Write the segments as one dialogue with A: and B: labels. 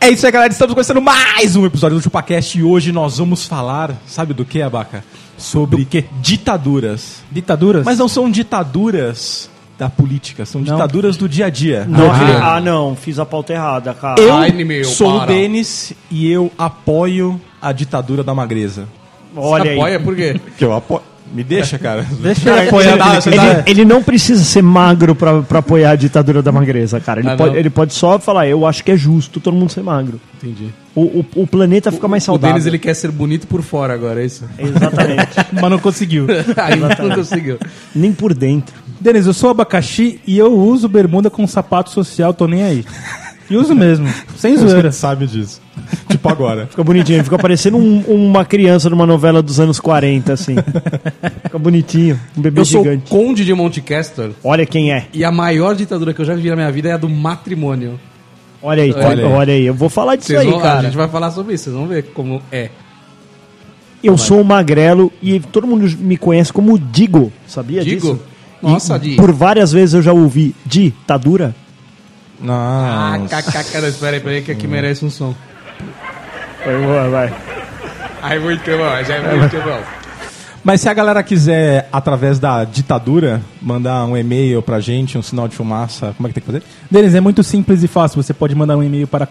A: É isso aí, galera. Estamos começando mais um episódio do ChupaCast e hoje nós vamos falar, sabe do que, Abaca? Sobre que? ditaduras.
B: Ditaduras?
A: Mas não são ditaduras da política, são ditaduras do dia a dia.
C: Não,
A: Ah,
C: filho. ah, não, fiz a pauta errada, cara.
A: Eu
D: Ai, meu,
A: sou
D: para.
A: o Denis e eu apoio a ditadura da magreza.
C: Olha aí.
D: Apoia por quê?
A: Que eu apoio. Me deixa, cara.
B: Deixa ele
A: Você
B: apoiar
A: dá-
B: aquele
A: você
B: que
A: dá-
C: Ele, ele não precisa ser magro pra, pra apoiar a ditadura da magreza, cara. Ele,
D: Ah,
C: pode,
D: não.
C: ele pode só falar, eu acho que é justo todo mundo ser magro.
B: Entendi.
C: O, o, o planeta fica mais
D: O
C: saudável.
D: Denis, ele quer ser bonito por fora agora, é isso?
C: Exatamente.
B: Mas não conseguiu.
D: Aí não conseguiu.
C: Nem por dentro.
B: Denis, eu sou abacaxi e eu uso bermuda com sapato social, tô nem aí. E uso mesmo, sem zoeira.
A: Você sabe disso. Tipo agora.
C: Fica bonitinho. Fica parecendo um- uma criança numa novela dos anos 40, assim. Fica bonitinho. Um bebê
D: Eu sou o
C: gigante.
D: conde de Montecaster
C: Olha quem é.
D: e a maior ditadura que eu já vi na minha vida é a do matrimônio.
C: Olha aí, olha,
A: aí.
C: aí. Eu vou falar disso
D: Vocês
C: aí,
D: vão- A
C: cara.
D: gente vai falar sobre isso, vocês vão ver como é. Tá
C: Eu sou o magrelo e todo mundo me conhece como Digo. Sabia
D: Digo?
C: disso?
D: Nossa,
C: E
D: Di.
C: Por várias vezes eu já ouvi ditadura.
D: Ah,
A: Não.
D: kkk, não, espera aí, espera aí, que aqui merece um som.
C: Vai, vai, vai.
D: Ai, muito bom, já é muito
C: Tá
D: bom.
A: Mas se a galera quiser, através da ditadura, mandar um e-mail pra gente, um sinal de fumaça, como é que tem que fazer?
B: Denis, é muito simples e fácil. Você pode mandar um e-mail para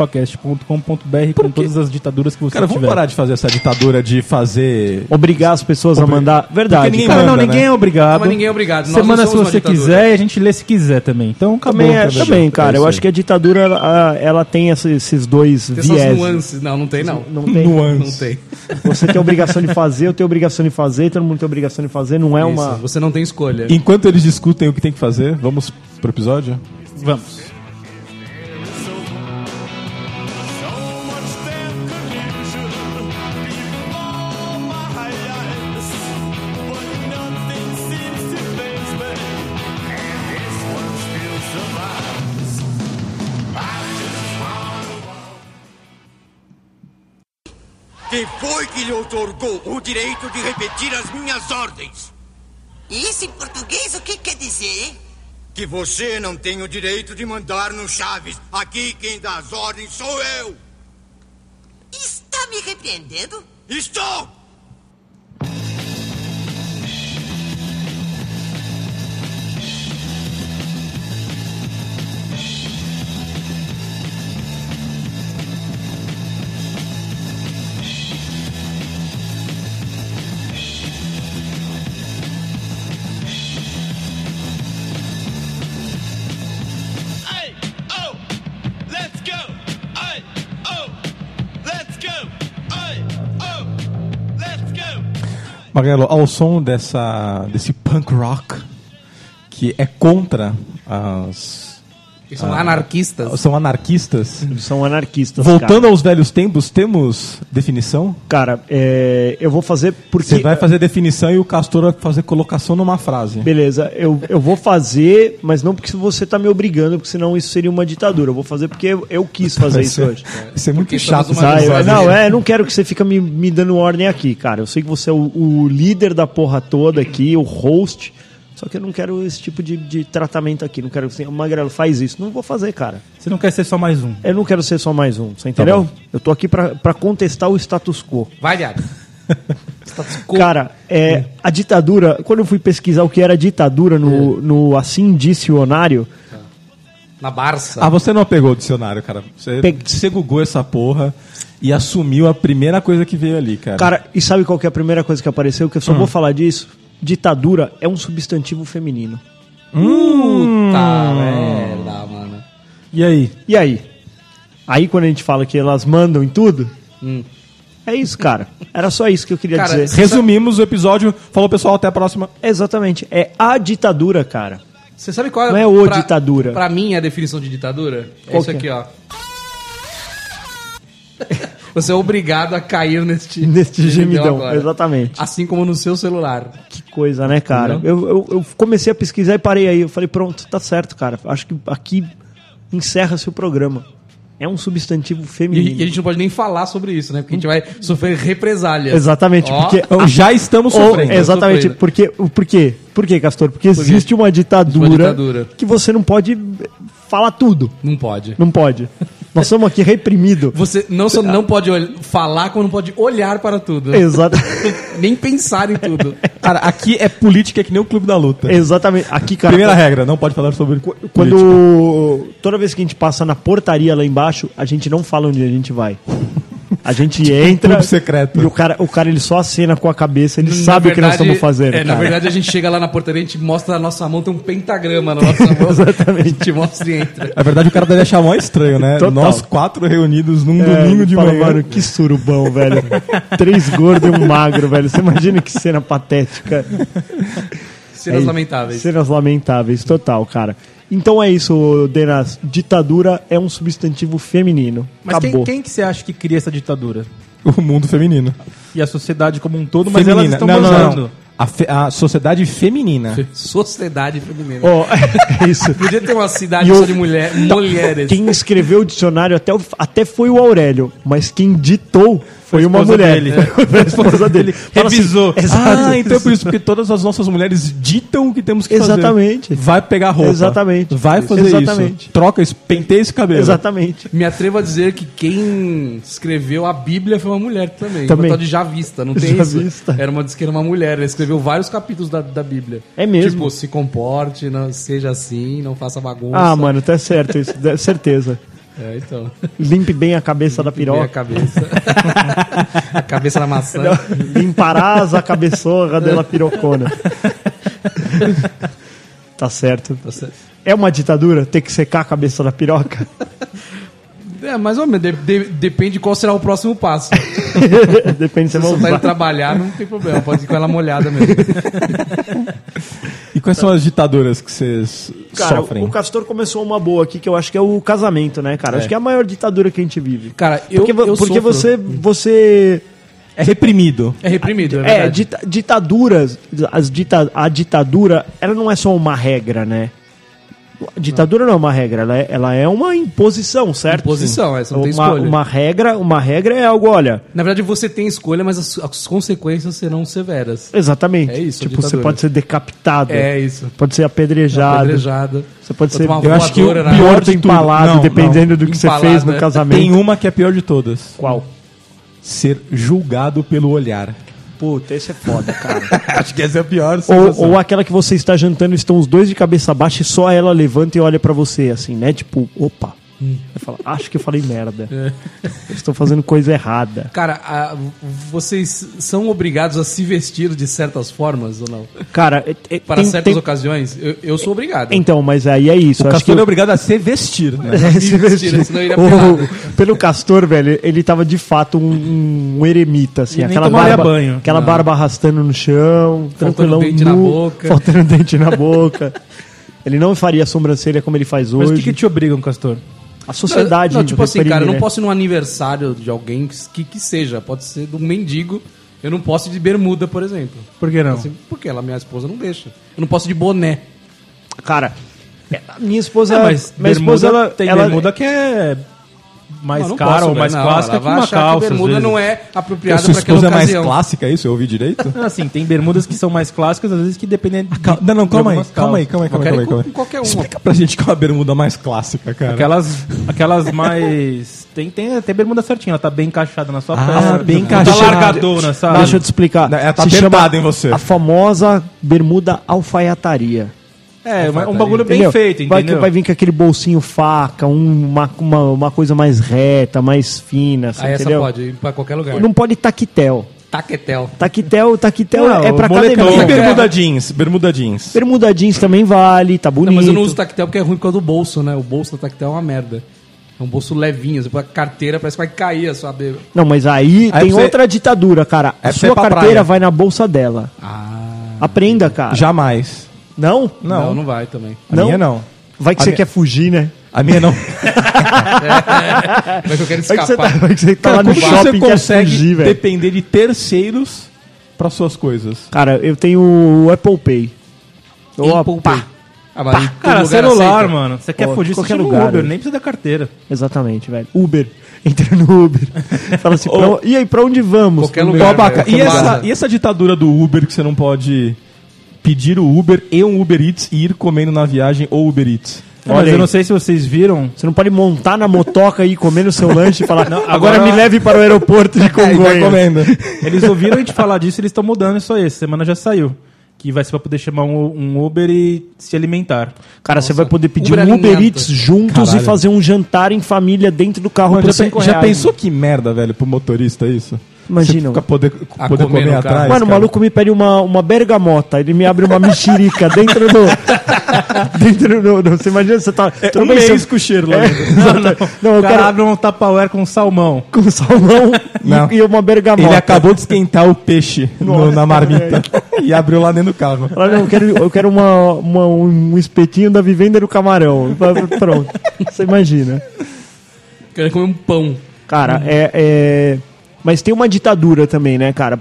B: contato.chupacast.com.br com todas as ditaduras que você
A: Cara, vamos
B: tiver.
A: parar de fazer essa ditadura de fazer.
C: Obrigar as pessoas a mandar. Verdade.
A: ninguém
C: cara.
B: Cara, não,
A: manda,
B: ninguém
A: né?
B: é obrigado.
D: Mas ninguém é obrigado, nós
B: Você
D: não
B: manda se
D: somos uma
B: você
D: ditadura.
B: quiser e a gente lê se quiser também. Então, acabou.
C: Também, é,
B: também.
C: também,
A: É
C: cara. eu
A: isso
C: acho
A: aí.
C: que a ditadura ela, ela tem esses, esses dois
D: Tem essas
C: viés.
D: nuances. Não, não tem não.
C: Não tem.
A: Nuance.
D: Não tem.
C: Você tem a obrigação de fazer, eu tenho a obrigação de fazer, todo mundo tem a obrigação de fazer. Não é
D: Isso,
C: uma.
D: você não tem escolha.
A: Enquanto eles discutem o que tem que fazer, vamos pro episódio?
B: Vamos.
E: Quem foi que lhe outorgou o direito de repetir as minhas ordens?
F: Isso em português o que quer dizer? hein?
E: Que você não tem o direito de mandar no Chaves. Aqui quem dá as ordens sou eu.
F: Está me repreendendo?
E: Estou!
G: Hey, oh, let's go. Hey, oh, let's go. Hey, oh, let's go.
A: Magrelo, ao som dessa, desse punk rock que é contra as.
D: Eles são
C: Ah,
D: anarquistas.
A: são anarquistas.
C: São anarquistas.
A: Voltando aos velhos tempos, temos definição?
C: Cara, cara é, eu vou fazer porque.
A: Você vai fazer definição e o Castor vai fazer colocação numa frase.
C: é. Beleza, eu, eu vou fazer, mas não porque você tá me obrigando, porque senão isso seria uma ditadura. Eu vou fazer porque eu, eu quis fazer isso hoje.
A: Isso é muito
D: Porque
A: chato.
D: somos
A: esse
B: um?
C: Tá, eu-
A: episódio.
C: não, é, não quero que você fica me, me dando ordem aqui, cara. Eu sei que você é o, o líder da porra toda aqui, o host, só que eu não quero esse tipo de, de tratamento aqui. Não quero que você, Magrelo, faz isso. Não vou fazer, cara.
B: Você não quer ser só mais um.
C: Eu não quero ser só mais um, você entendeu? eu tô aqui pra pra contestar o status quo.
D: Vai, Diago.
C: Cara, é, a ditadura, quando eu fui pesquisar o que era ditadura no, no assim dicionário,
D: Na Barça.
A: Ah, você não pegou o dicionário, cara. Você,
C: Peguei.
A: você googou essa porra e assumiu a primeira coisa que veio ali, cara.
C: cara, e sabe qual que é a primeira coisa que apareceu? Que eu só
D: Hum.
C: vou falar disso. Ditadura é um substantivo feminino.
D: Puta
C: Hum.
D: merda, mano.
B: E aí?
C: E aí? Aí quando a gente fala que elas mandam em tudo, é isso, cara. Era só isso que eu queria
D: Hum. Cara,
C: dizer.
D: você
A: Resumimos o episódio. Falou, pessoal, até a próxima.
C: Exatamente. É a ditadura, cara.
D: Você sabe qual
C: Não é o
D: pra-
C: ditadura.
D: Pra mim, a definição de ditadura é
C: Qual
D: isso
C: que
D: aqui,
C: é?
D: ó. Você é obrigado a cair neste,
C: Neste gemidão, exatamente.
D: Assim como no seu celular.
C: Que coisa, né, cara? Eu, eu, eu comecei a pesquisar e parei aí. Eu falei, pronto, tá certo, cara. Acho que aqui encerra-se o programa. É um substantivo feminino.
D: E, e a gente não pode nem falar sobre isso, né? Porque a gente vai sofrer represálias.
C: Exatamente,
D: Ó,
C: porque...
A: Então, Já estamos
C: Ou-
A: sofrendo.
C: exatamente,
D: sofrendo.
C: porque... Por quê? Por quê, Castor? Porque existe uma ditadura,
D: ditadura.
C: que você não pode falar tudo.
D: Não pode.
C: Não pode. Nós somos aqui reprimido.
D: Você não só não pode ol- falar, como não pode olhar para tudo.
C: Exata...
D: nem pensar em tudo.
A: Cara, aqui é política que nem o Clube da Luta.
C: Exatamente. Aqui, cara...
A: Primeira regra, não pode falar sobre
C: Quando.
A: política.
C: Toda vez que a gente passa na portaria lá embaixo, a gente não fala onde a gente vai. A gente entra.
A: clube secreto.
C: E o cara, o cara ele só acena com a cabeça, ele
D: Na
C: sabe o que nós
D: verdade,
C: estamos fazendo.
D: É, na
C: cara.
D: verdade, a gente chega lá na portaria, a gente mostra a nossa mão, tem um pentagrama na nossa mão. Exatamente. A gente mostra e
C: É
D: entra.
A: Na É verdade, o cara deve achar mó estranho, né?
C: Total.
A: Nós quatro reunidos num
C: É,
A: domingo de
C: fala,
A: manhã.
C: Mano, que surubão, velho. Três gordos e um magro, velho. Você imagina que cena patética.
D: Cenas
C: É,
D: lamentáveis.
C: Cenas lamentáveis, total, cara. Então é isso, Denas. Ditadura é um substantivo feminino.
B: Mas quem,
C: Acabou.
B: quem que você acha que cria essa ditadura?
A: O mundo feminino.
B: E a sociedade como um todo, mas elas estão
A: não, não,
B: mandando.
A: não. A, fe- a sociedade feminina.
D: Sociedade feminina.
C: Ó, é isso.
D: Podia ter uma cidade
C: E
D: só
C: o-
D: de mulher, mulheres.
C: Quem escreveu o dicionário até, o- até foi o Aurélio, mas quem ditou foi, uma
B: esposa
C: mulher.
B: dele.
C: Foi a esposa dele. Fala assim,
B: Revisou.
C: Exato.
A: Ah, então é por isso, porque todas as nossas mulheres ditam o que temos que fazer.
C: Exatamente.
A: Vai pegar roupa.
C: Exatamente.
A: Vai fazer
C: Exatamente.
A: isso. Troca, esse- penteia esse cabelo.
C: Exatamente.
D: Me atrevo a dizer que quem escreveu a Bíblia foi uma mulher também.
C: Também.
D: Uma tal de Javista, não tem
C: Javista.
D: isso? Era uma, diz que era uma mulher, ela escreveu vários capítulos da, da Bíblia.
C: É mesmo?
D: Tipo, se comporte, não, seja assim, não faça bagunça.
C: Ah, mano, tá certo isso, dá certeza.
D: É, então.
C: Limpe bem a cabeça da
D: Virou a
C: piroca.
D: cabeça. a cabeça na maçã.
C: Limparás a cabeçorra dela pirocona. tá certo.
D: Você-
C: É uma ditadura ter que secar a cabeça da piroca?
D: É, mais ou menos. De- de- depende qual será o próximo passo. Se
C: Depende se você vai
D: você tá indo
C: usar.
D: trabalhar, não tem problema. Pode ir com ela molhada mesmo.
A: E quais são as ditaduras que vocês
C: Cara,
A: sofrem?
C: o Castor começou uma boa aqui, que eu acho que é o casamento, né, cara? Acho que é a maior ditadura que a gente vive.
D: Cara, eu.
C: Porque, vo-
D: eu
C: porque
D: sofro.
C: você. você
A: É reprimido.
D: É reprimido, é
C: é,
D: verdade.
C: dita- ditaduras. As dita, a ditadura, ela não é só uma regra, né? A ditadura não, é uma regra, ela é, ela é uma imposição, certo?
D: Imposição, é, você não
C: uma,
D: tem escolha.
C: Uma regra, uma regra é algo, olha.
D: Na verdade, você tem escolha, mas as, as consequências serão severas.
C: Exatamente.
D: É isso,
C: Tipo, você
D: ditadura.
C: pode ser decapitado.
D: É isso.
C: Pode ser apedrejado.
D: Apedrejado.
C: Você pode ser.
D: tomar uma
C: Eu acho que o
D: voadora né? na-
C: pior
A: de
C: do
A: tudo.
C: empalado,
A: Não,
C: dependendo do que
D: Empalado,
C: você fez no
D: é.
C: casamento.
A: Tem uma que é a pior de todas.
C: Qual?
A: Ser julgado pelo olhar.
C: Puta, esse é foda, cara.
A: Acho que essa é a pior.
C: Ou, ou aquela que você está jantando e estão os dois de cabeça baixa e só ela levanta e olha pra você, assim, né? Tipo, opa. Aí fala, acho que eu falei merda. Eu estou fazendo coisa errada.
D: Cara, a- vocês são obrigados a se vestir de certas formas ou não?
C: Cara, é- é-
D: Para
C: tem-
D: certas
C: tem-
D: ocasiões, eu, eu sou obrigado.
C: Então, mas aí é isso.
A: O
C: acho que
A: Castor é
C: eu...
A: obrigado a se vestir, né?
C: Esse vestido.
D: senão ele ia
C: É,
D: né?
C: o, pelo Castor, velho, ele tava de fato um, um eremita, assim.
B: Ele nem
C: Aquela
B: tomaria
C: barba,
B: banho.
C: aquela barba arrastando no chão, tranquilão.
D: dente na
C: nu,
D: boca.
C: Faltando dente na boca. Ele não faria sobrancelha como ele faz
B: Mas
C: hoje.
B: o que, que te obrigam, Castor?
C: A sociedade.
D: Não, tipo assim,
C: reprime,
D: cara, eu não
C: né?
D: posso ir num aniversário de alguém que, que seja. Pode ser de um mendigo. Eu não posso ir de bermuda, por exemplo.
B: Por que não?
D: Assim, porque ela, minha esposa, não deixa. Eu não posso ir de boné.
C: Cara, é, a minha esposa.
B: Ah, mas
C: minha esposa,
B: bermuda-
C: ela.
B: tem
C: ela-
B: bermuda que é mais
D: Não, não
B: cara
D: posso,
B: ou
D: velho.
B: mais
D: Não,
B: clássica
D: ela
B: que
D: vai
B: uma
D: achar
B: calça.
D: Que
B: às
D: bermuda
B: vezes.
D: não é apropriada
A: sua
D: para aquela
A: esposa é mais
D: ocasião.
A: clássica, é isso? Eu ouvi direito?
B: Não, Assim, tem bermudas que são mais clássicas, às vezes que dependem. de-
A: Cal- Não, não,
B: de
A: calma aí,
B: algumas
A: calma aí, calma aí,
B: calças.
D: Eu
A: calma aí, calma
D: quero
A: aí.
D: ir com-
A: calma aí.
D: com qualquer uma.
A: Explica pra gente qual é a bermuda mais clássica, cara.
B: Aquelas, aquelas mais. Tem, tem até bermuda certinha, ela tá bem encaixada na sua
A: Ah,
B: perna.
A: bem
B: Não
A: encaixada.
B: Tá largadona, sabe?
C: Deixa eu te explicar.
A: Ela tá
C: Se chama
A: apertada em você.
C: A famosa bermuda alfaiataria.
B: É, uma- um bagulho bem
C: Entendeu?
B: feito,
C: Vai, que-
B: entendeu?
C: vai vir com aquele bolsinho faca, um- uma, uma, uma coisa mais reta, mais fina, assim,
D: Aí essa
C: entendeu?
D: pode ir pra qualquer lugar.
C: Não pode taquetel.
D: Taquetel.
C: Taquetel,
A: Então
C: taquetel
B: Não,
C: é pra
B: moletom.
A: E
C: academia.
A: bermuda jeans, bermuda jeans.
C: Bermuda jeans também vale, tá bonito.
D: Não, mas eu não uso tactel porque é ruim por causa do bolso, né? O bolso do tactel é uma merda. É um bolso levinho, você põe a carteira, parece que vai cair a sua bebê.
C: Não, mas aí,
A: pra
C: tem
A: você-
C: outra ditadura, cara.
A: É pra
C: A
A: você ir
C: sua
A: pra
C: carteira
A: praia.
C: vai na bolsa dela.
D: Ah.
C: Aprenda, cara.
A: Jamais.
C: Não?
D: Não,
A: Não,
D: não vai também.
A: a minha não. É
C: Vai que
A: A
C: você
A: minha-
C: quer fugir, né?
A: A minha não.
D: Mas é eu quero
C: Vai que você tá,
D: escapar.
C: vai que você tá lá no
A: como que
C: shopping
A: você
C: e quer
A: consegue
C: fugir, velho.
A: depender de terceiros para suas coisas?
C: Cara, eu tenho o Apple Pay. tá-
D: Opa! Ah, mas em todo
B: Cara,
D: lugar
B: celular,
D: aceita.
B: mano. Você quer
C: Pô,
B: fugir,
C: qualquer
B: você chama o
C: lugar,
B: Uber,
C: né?
B: nem precisa da carteira.
C: Exatamente, velho. Uber. Entra no Uber. Fala assim, pra o- e aí, pra onde vamos?
D: Qualquer
C: Uber.
D: lugar,
A: Ô, Abaca,
D: velho,
A: e
D: eu tô
A: essa,
D: massa.
A: e essa ditadura do Uber que você não pode pedir o Uber e um Uber Eats e ir comendo na viagem ou Uber Eats?
B: Não, mas eu não sei se vocês viram.
C: Você não pode montar na motoca e comer no seu lanche e falar, agora,
B: agora-
C: me leve para o aeroporto de
A: É, e vai
C: Congonhas.
A: comendo.
B: Eles ouviram a gente falar disso, eles estão mudando isso aí. Essa semana já saiu. Que vai ser pra poder chamar um, um Uber e se alimentar.
C: Cara, você vai poder pedir
D: Uber
C: um Uber
D: alimenta.
C: Eats juntos
A: Caralho.
C: e fazer um jantar em família dentro do carro
A: Mano,
C: por
A: Ah, já, pe-
C: cinco
A: já
C: reais.
A: pensou que merda, velho, pro motorista isso?
C: Imagina.
A: Você fica poder,
D: A
A: poder
D: comer
A: comer
D: no carro.
A: atrás.
C: Mano, o
A: cara.
C: maluco me pede uma, uma bergamota, ele me abre uma mexerica dentro do. dentro do. do- você imagina, você tá.
A: É
C: tudo
A: um
C: bem,
A: mês
C: você-
A: com o cheiro lá. dentro.
C: Não, não, não,
B: o
C: eu
B: cara
C: quero
B: abre um Tupperware com salmão.
C: com salmão e-
A: Não.
C: E, uma bergamota.
A: Ele acabou de esquentar o peixe no- na marmita e abriu lá dentro do carro.
C: Fala, não, eu quero, eu quero uma, uma- um espetinho da vivenda do camarão. Pronto. Você imagina.
D: Eu Quero comer um pão.
C: Cara, é, é- Mas tem uma ditadura também, né, cara?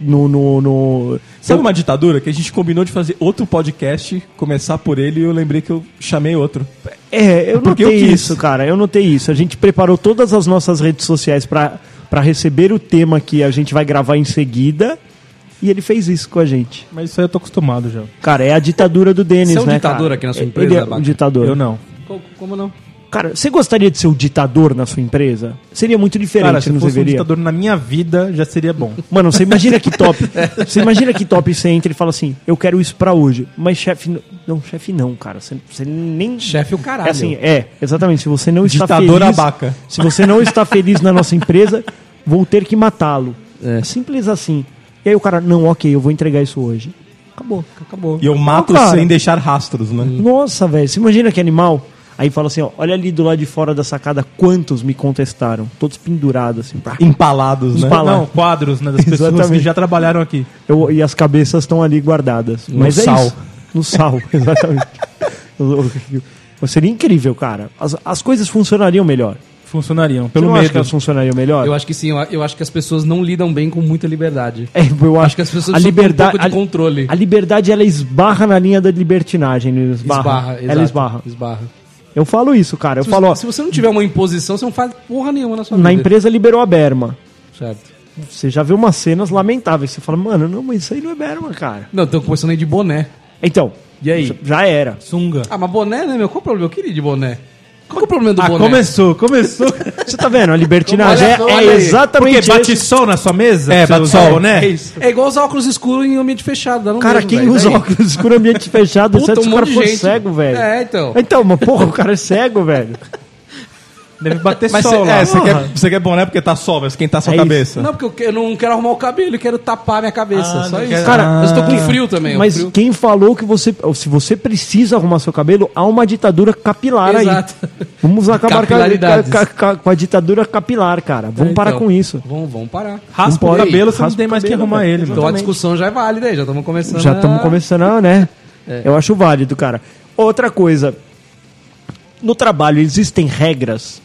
C: No. no, no...
A: Sabe uma ditadura que a gente combinou de fazer outro podcast, começar por ele e eu lembrei que eu chamei outro.
C: É, eu
A: Porque eu
C: notei
A: quis.
C: isso, cara. Eu notei isso. A gente preparou todas as nossas redes sociais pra pra receber o tema que a gente vai gravar em seguida. E ele fez isso com a gente.
B: Mas isso aí eu tô acostumado já.
C: Cara, é a ditadura do Denis,
D: Você é um
C: né,
D: ditador
C: cara?
D: aqui na sua
C: Ele
D: empresa, né,
C: é um
D: Abaca?
C: ditador.
B: Eu não.
D: Co- Como não?
C: Cara, você gostaria de ser um ditador na sua empresa? Seria muito diferente,
B: Cara, se eu
C: não
B: fosse um
C: deveria?
B: ditador na minha vida, já seria bom.
C: Mano, você imagina que top. Você imagina que top você entra e fala assim: eu quero isso pra hoje. Mas chefe. n- Não, chefe não, cara. Você, você nem.
D: Chefe é o
C: É
D: caralho.
C: assim, é, exatamente. Se você não está
A: Ditador
C: feliz.
A: abaca.
C: Se você não está feliz na nossa empresa, vou ter que matá-lo.
D: É.
C: Simples assim. E aí o cara, não, ok, eu vou entregar isso hoje. Acabou.
D: Acabou.
A: E eu mato
C: cara.
A: sem deixar rastros, né?
C: Nossa, velho, você imagina que animal? Aí fala assim, ó, olha ali do lado de fora da sacada quantos me contestaram. Todos pendurados, assim. pá.
A: Empalados, né?
C: Empalados. Fala.
B: Não, quadros, né, das pessoas que
C: Exatamente.
B: já trabalharam aqui.
C: Eu- e as cabeças estão ali guardadas. Mas é
A: sal.
C: isso. No sal, exatamente. Eu- eu- Seria incrível, cara. As, as coisas funcionariam melhor.
B: Funcionariam,
C: Você
B: pelo
C: não acha que
B: medo.
C: elas funcionariam melhor?
D: Eu acho que sim, eu- eu acho que as pessoas não lidam bem com muita liberdade.
C: É, eu acho,
D: que as pessoas
C: a
D: precisam ter um
C: liberdade,
D: pouco de
C: a-
D: controle.
C: A, liberdade ela esbarra na linha da libertinagem, ela esbarra. ela
D: exato.
C: esbarra.
D: Esbarra.
C: Eu falo isso, cara. Eu
D: Se
C: falo, ó,
D: você- se você não tiver uma imposição, você não faz porra nenhuma na sua
C: na
D: vida.
C: empresa liberou a berma.
D: Certo.
C: Você já viu umas cenas lamentáveis. Você fala, mano, não, mas isso aí não é berma, cara.
D: Não, tô começando aí de boné.
C: Então,
D: E aí?
C: já era.
B: Sunga.
D: Ah, mas boné, né, meu? Qual o problema? Eu queria ir de boné. Qual que é o problema do
B: Ah,
D: boné?
B: começou, começou.
C: Você tá vendo? A libertinagem
D: Olha
C: é,
D: só,
C: é
D: olha aí.
C: exatamente
B: Porque bate
C: esse-
B: sol na sua mesa?
A: É,
B: Você
A: bate
B: usa
A: sol.
B: boné?
D: É isso. É igual usar óculos escuros em ambiente fechado. dá no
C: Cara,
D: mesmo,
C: quem
D: velho.
C: usa
D: Daí-
C: óculos escuros em ambiente fechado,
D: Puta,
C: certo?
D: um
C: o cara
D: monte de
C: for
D: gente.
C: cego, velho.
D: É, então.
C: Então, mas porra, o cara é cego, velho.
B: Deve bater
A: Mas
B: sol
A: você
B: lá.
A: é, cê quer, cê quer boné porque tá sol, vai esquentar sua
C: É isso.
A: cabeça.
D: Não, porque eu, que- eu não quero arrumar o cabelo, eu quero tapar minha cabeça.
B: Ah,
D: só
B: não
D: isso.
B: quero-
D: Cara, eu estou com frio também. o
C: Mas
D: frio.
C: quem falou que você. ou Se você precisa arrumar seu cabelo, há uma ditadura capilar
D: Exato.
C: aí. Vamos acabar com a,
D: Capilaridades.
C: ca- ca- com a ditadura capilar, cara. Vamos
D: Então,
C: parar com isso.
D: Vamos, vamos parar.
B: Raspa o
D: Não pode.
B: cabelo, você não
C: raspa
B: tem
C: o
B: mais que
C: cabelo,
B: arrumar
C: velho.
B: ele,
D: Então
B: mano.
D: a discussão já é válida aí, já estamos começando.
C: Já estamos
D: a-
C: começando, a, né?
D: É.
C: Eu acho válido, cara. Outra coisa. No trabalho existem regras.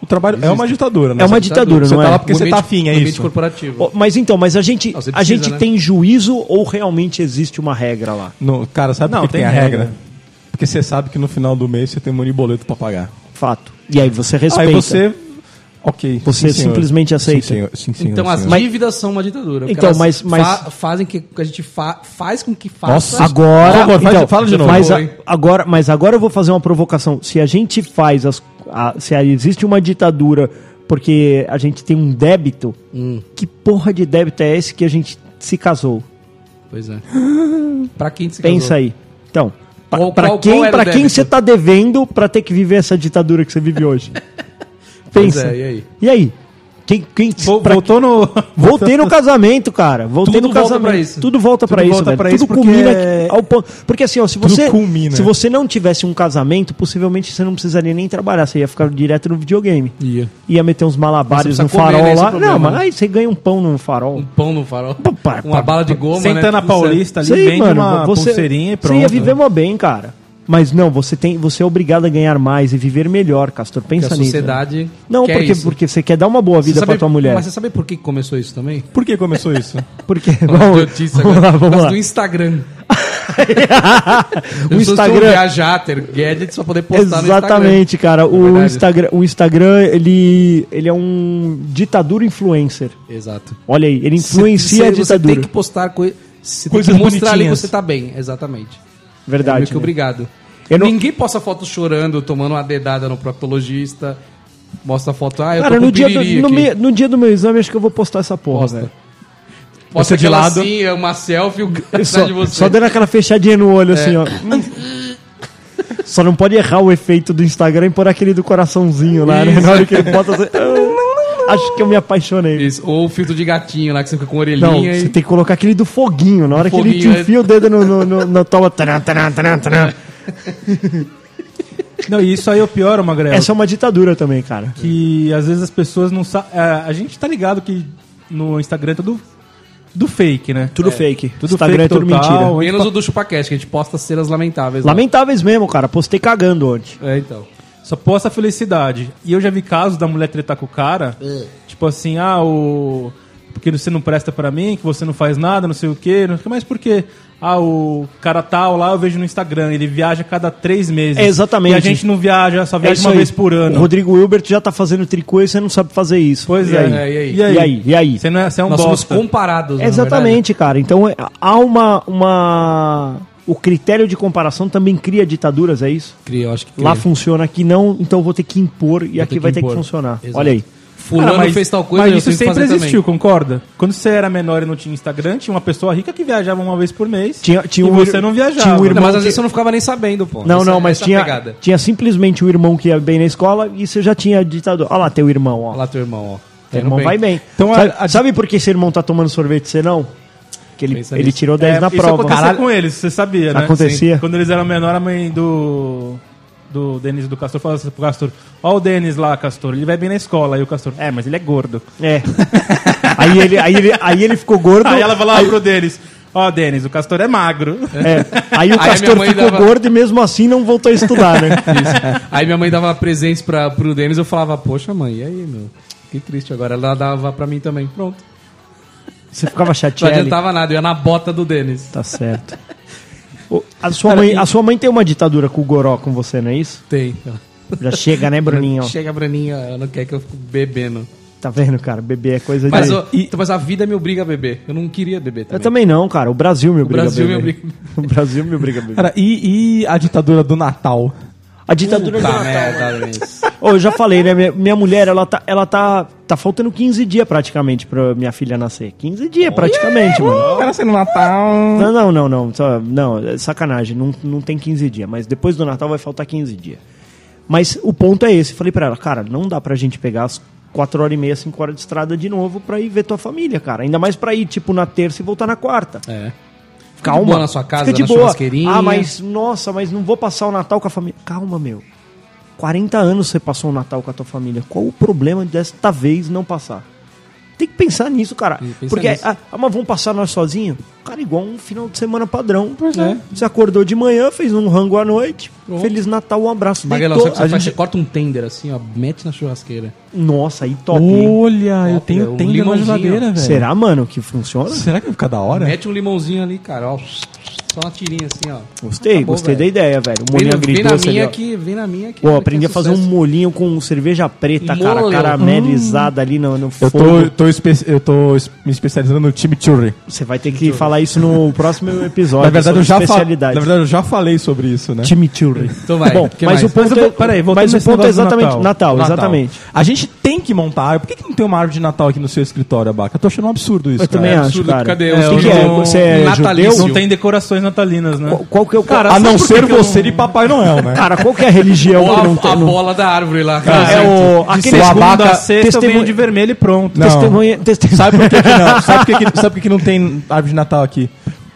A: O trabalho é uma ditadura, né?
C: É uma
A: Cê-
C: ditadura,
A: Você
C: não
A: tá
C: é?
A: lá porque
D: O
A: você tá
D: ambiente-
A: afim, é
D: o ambiente
A: isso.
D: corporativo.
C: Ó, Mas então, mas a gente,
D: Não, você
C: a
D: precisa,
C: gente
D: né?
C: tem juízo ou realmente existe uma regra lá?
A: No- cara, sabe
B: Não,
A: por que que tem,
B: tem
A: a regra?
B: regra.
A: Porque você sabe que no final do mês você tem um monte de boleto pra pagar.
C: Fato. E aí você respeita.
A: Aí você. Ok.
C: Você
A: sim, senhor.
C: simplesmente aceita.
A: Sim, senhor. Sim, senhor,
D: Então as
A: senhor.
D: dívidas são uma ditadura. porque
C: Então,
D: elas
C: mas- mas-
D: fa- fazem que a gente fa- faz com que faça.
A: Nossa,
C: Agora, então,
A: Por favor, faz- fala de novo.
C: Mas, a-
D: Foi.
C: agora, mas agora eu vou fazer uma provocação. Se a gente faz as, a- se a- existe uma ditadura porque a gente tem um débito,
D: Hum.
C: que porra de débito é esse que a gente se casou?
D: Pois é. pra quem se
C: Pensa
D: casou?
C: aí. Então, pa-
D: Qual-
C: pra
D: qual- qual
C: quem,
D: era
C: pra
D: o
C: quem
D: débito?
C: você tá devendo pra ter que viver essa ditadura que você vive hoje?
D: Pois
C: Pensa.
D: é, e aí?
C: E aí? Quem, quem,
B: Vol-
C: pra-
B: Voltou no.
C: Voltei no casamento, cara. Voltei
D: Tudo
C: no
D: volta
C: casamento.
D: pra isso.
C: Tudo volta
B: Tudo
C: pra isso,
B: volta
C: velho.
B: pra
C: Tudo
B: isso porque
C: culmina
B: é-
C: ao ponto. Porque assim, ó, se
A: Tudo
C: você
A: culmina.
C: se você não tivesse um casamento, possivelmente você não precisaria nem trabalhar, você ia ficar direto no videogame.
D: Ia.
C: Ia meter uns malabares
D: Você
C: no
D: precisa comer,
C: farol
D: né? Esse é
C: lá.
D: o problema,
C: não, mas
D: né?
C: aí você ganha um pão no farol.
D: Um pão no farol.
C: pá,
D: uma
C: pá,
D: bala de goma.
A: Sentando
D: né?
A: a Paulista ali,
C: Sei,
A: vende uma pulseirinha e pronto.
C: Você ia viver mó bem, cara. Mas não, você tem, você é obrigado a ganhar mais e viver melhor, Castor. Pensa
D: Que a
C: nisso. né?
D: sociedade
C: Não,
D: quer
C: porque
D: isso.
C: porque você quer dar uma boa
D: Você
C: vida pra
D: sabe-
C: tua mulher.
D: Mas você sabe por que começou isso também?
A: Por que começou isso?
C: Porque
D: Falando de
C: vamos,
D: notícia
C: vamos lá,
D: agora.
C: vamos
D: Mas
C: lá.
D: do Instagram.
C: o
D: As pessoas precisam
C: Instagram
D: um viajar, ter gadget só poder postar no Instagram. É
C: Exatamente, cara. O
D: verdade.
C: Instagram, o Instagram, ele, ele é um ditadura influencer.
D: Exato.
C: Olha aí, ele influencia
D: Você-
C: a
D: Você
C: ditadura.
D: tem que postar coisas. Você
A: Coisas
D: tem que mostrar ali que
A: bonitinhas.
D: você tá bem, exatamente. É
C: Verdade.
D: meio que
C: né?
D: obrigado.
C: Eu não-
D: Ninguém posta foto chorando, tomando uma dedada no proctologista. Mostra foto, ah, eu
C: Cara,
D: tô com
C: no dia, do,
D: piriri
C: no, Né?
D: aqui.
C: me- no dia do meu exame, acho que eu vou postar essa porra,
D: Posta.
C: velho.
D: Posta
A: Você de
D: de lado.
A: lado.
D: assim, é uma selfie, o cara
C: Só,
D: atrás de É você. É.
C: só dando aquela fechadinha no olho, assim, ó. só não pode errar o efeito do Instagram e pôr aquele do coraçãozinho lá, né? Na hora que ele bota assim. "Ah, Acho que eu me apaixonei.
D: Isso, Ou o filtro de gatinho lá que você fica com orelhinha
C: Não,
D: e.
C: você tem que colocar aquele do foguinho. Na hora que ele
D: foguinho,
C: te
D: é.
C: enfia o dedo no, no, no, na toma. Taran, taran, taran, taran.
B: Não, e isso aí é o pior, Magrelo.
C: Essa é uma ditadura também, cara.
B: que às vezes as pessoas não sabem.
A: é,
B: a gente tá ligado que no Instagram é tudo, tudo fake, né?
A: É,
C: Tudo fake.
B: Tudo
C: Instagram
B: fake
C: é tudo
B: total.
C: mentira.
B: Ou
D: Menos o do ChupaCast, que a gente posta cenas lamentáveis. lá.
C: Lamentáveis mesmo, cara. Postei cagando ontem.
D: É, então.
B: Só posta a felicidade. E eu já vi casos da mulher tretar com o cara, tipo assim, ah, o. Porque você não presta pra mim, que você não faz nada, não sei o quê. Não sei o quê, Mas por quê? Ah, o cara tal lá eu vejo no Instagram, ele viaja a cada três meses.
C: É, exatamente.
B: E a gente não viaja, só viaja
C: É isso
B: uma
C: aí.
B: vez por
C: O
B: ano.
C: Rodrigo Hilbert já tá fazendo tricô e você não sabe fazer isso.
B: Pois
C: E
B: é.
C: aí?
D: É, e aí?
C: E aí? E aí?
B: Você, não é, você é um
D: Nós somos
B: bosta.
D: comparados. né, na
C: Exatamente, cara. Então é- há uma, uma. O critério de comparação também cria ditaduras, é isso?
D: verdade. Cria, eu acho que cria.
C: Lá funciona, aqui não, então eu vou ter que impor e aqui
D: que
C: vai ter
D: impor.
C: que funcionar.
D: Exato.
C: Olha aí.
D: Fulano
B: Cara, mas-
D: fez tal coisa,
B: mas
D: eu
B: isso
D: tenho que
B: sempre
D: fazer
B: existiu, concorda? Quando você era menor e não tinha Instagram, tinha uma pessoa rica que viajava uma vez por mês
C: Tinha- tinha
B: e
C: um-
B: você não viajava.
C: tinha um
D: Não, né?
C: irmão-
D: mas às
C: de-
D: vezes eu não ficava nem sabendo, pô.
C: Não,
D: Essa- é
C: não, mas
D: essa
C: tinha,
D: pegada.
C: tinha simplesmente o irmão que ia bem na escola e você já tinha ditador. Olha lá teu irmão, ó.
D: Olha lá teu irmão, ó.
C: Teu irmão vai bem.
B: Então,
C: sabe,
B: a- a-
C: sabe por que seu irmão tá tomando sorvete e você não? Que ele,
D: Pensa
C: ele
D: nisso.
C: tirou 10
B: É,
C: na
B: isso
C: prova.
B: acontecia com eles, você sabia, né?
C: Acontecia.
B: Quando eles eram menor, a mãe do do Denis e do Castor falava assim pro Castor: "Ó o Denis lá, Castor, ele vai bem na escola". Aí o Castor: "É, mas ele é gordo".
C: É. aí, ele, aí, ele, aí ele ficou gordo.
B: Aí ela falava pro Denis: "Ó, Denis, o Castor é magro".
C: é. Aí o
D: Aí a minha
C: Castor
D: mãe
C: ficou
D: dava-
C: gordo e mesmo assim não voltou a estudar, né?
D: Isso. Aí minha mãe dava presentes pra, pro Denis, eu falava, poxa mãe, e aí, meu? Que triste agora. Ela dava pra mim também. Pronto.
C: Você ficava
D: Não
C: chateado.
D: adiantava nada, eu ia na bota do Denis.
C: Tá certo. O- A sua, mãe, a sua mãe tem uma ditadura com o Goró com você, não é isso?
D: Tem.
C: Já chega, né, Bruninho?
D: Chega, Bruninho, ela não quer que eu fique bebendo.
C: Tá vendo, cara? Bebê é coisa
D: Mas,
C: de.
D: eu- então, mas a vida me obriga a beber. Eu não queria beber
C: Eu
D: também.
C: também não, cara. O Brasil me obriga
D: Brasil
C: a
D: me
C: beber. O Brasil me obriga a beber.
A: Cara, e, e a ditadura do Natal?
C: A ditadura do
D: Tá
C: Natal.
D: merda, Denis.
C: Ô, eu já falei, né? Minha, minha mulher, ela tá, ela tá. Tá faltando 15 dias praticamente pra minha filha nascer. 15 dias praticamente, mano.
A: O cara sendo Natal.
C: Não, não, não, não. só- não, é sacanagem. Não, não tem 15 dias. Mas depois do Natal vai faltar 15 dias. Mas o ponto é esse. Falei pra ela, cara, não dá pra gente pegar as 4 horas e meia, 5 horas de estrada de novo pra ir ver tua família, cara. Ainda mais pra ir, tipo, na terça e voltar na quarta.
D: É. Fica
C: Calma.
D: de boa na sua casa,
C: Fica de
D: na
C: boa.
D: churrasqueirinha.
C: Ah, mas, nossa, mas não vou passar o Natal com a família. Calma, meu. 40 anos você passou o Natal com a tua família. Qual o problema desta vez não passar? Tem que pensar nisso, cara.
D: que pensar
C: Porque,
D: nisso.
C: ah, ah, mas vamos passar nós sozinhos? Cara, igual um final de semana padrão.
D: é.
C: Você acordou de manhã, fez um rango à noite.
D: Pronto.
C: Feliz Natal, um abraço.
D: Magalhães,
C: deitou.
D: sabe o que você
C: A
D: faz?
C: gente-
D: Você corta um tender assim, ó, mete na churrasqueira.
C: Nossa, aí top. hein?
A: Olha, eu
D: Top, velho,
A: tenho
D: um
A: tenda na
D: limãozinho.
A: geladeira, velho.
C: Será, mano, que funciona?
A: Será que vai ficar da hora?
D: Mete um limãozinho ali, cara, ó. Só na tirinha, assim, ó.
C: Gostei,
D: Acabou,
C: gostei
D: velho.
C: da ideia, velho. O molinho
D: Vem, vem na
C: agridoce ali,
D: minha
C: ó.
D: que. Vem na minha que.
C: Pô,
D: olha que
C: aprendi
D: é
C: a fazer um
D: sucesso.
C: molinho com cerveja preta, cara,
D: Molho.
C: caramelizada ali no, no
A: Eu
C: fogo.
A: tô, tô espe- eu tô es- me especializando no chimichurri.
C: Você vai ter que falar isso no próximo episódio.
A: Na verdade,
C: sobre
A: eu já fa-
C: especialidade.
A: na verdade, eu já falei sobre isso, né?
C: Chimichurri.
D: Então vai,
C: Bom,
D: que
C: É? mas
D: mais?
C: o ponto
B: Mas eu
C: é...
B: vou- peraí, voltando
C: mas o
B: nesse
C: ponto é
B: negócio do
C: exatamente... Natal,
B: Natal.
A: Natal.
C: exatamente.
A: A gente tem que montar árvore. Por que, que não tem uma árvore de Natal aqui no seu escritório, Abaca? Eu tô achando um absurdo isso,
C: Eu também
A: cara.
C: acho,
D: absurdo,
C: cara.
D: cadê?
C: é o que,
D: Eu
C: que é?
D: não-
C: Você é
D: Natalício.
C: judeu?
B: Não tem decorações natalinas, né?
C: Qual- Qual que é o...
A: A não ser você e Papai Noel, né?
C: Cara, qual que é a religião
D: Ou
C: que não
D: a, a
C: tem... não-
D: bola da árvore lá.
C: É o...
B: De
C: Aquele
B: segunda
C: abaca-
B: a sexta eu venho
C: testemunho-
B: de vermelho e pronto.
A: Não.
C: Testemunha... teste-
A: Sabe por que, que não? Sabe por que, que- sabe por que que não tem árvore de Natal aqui?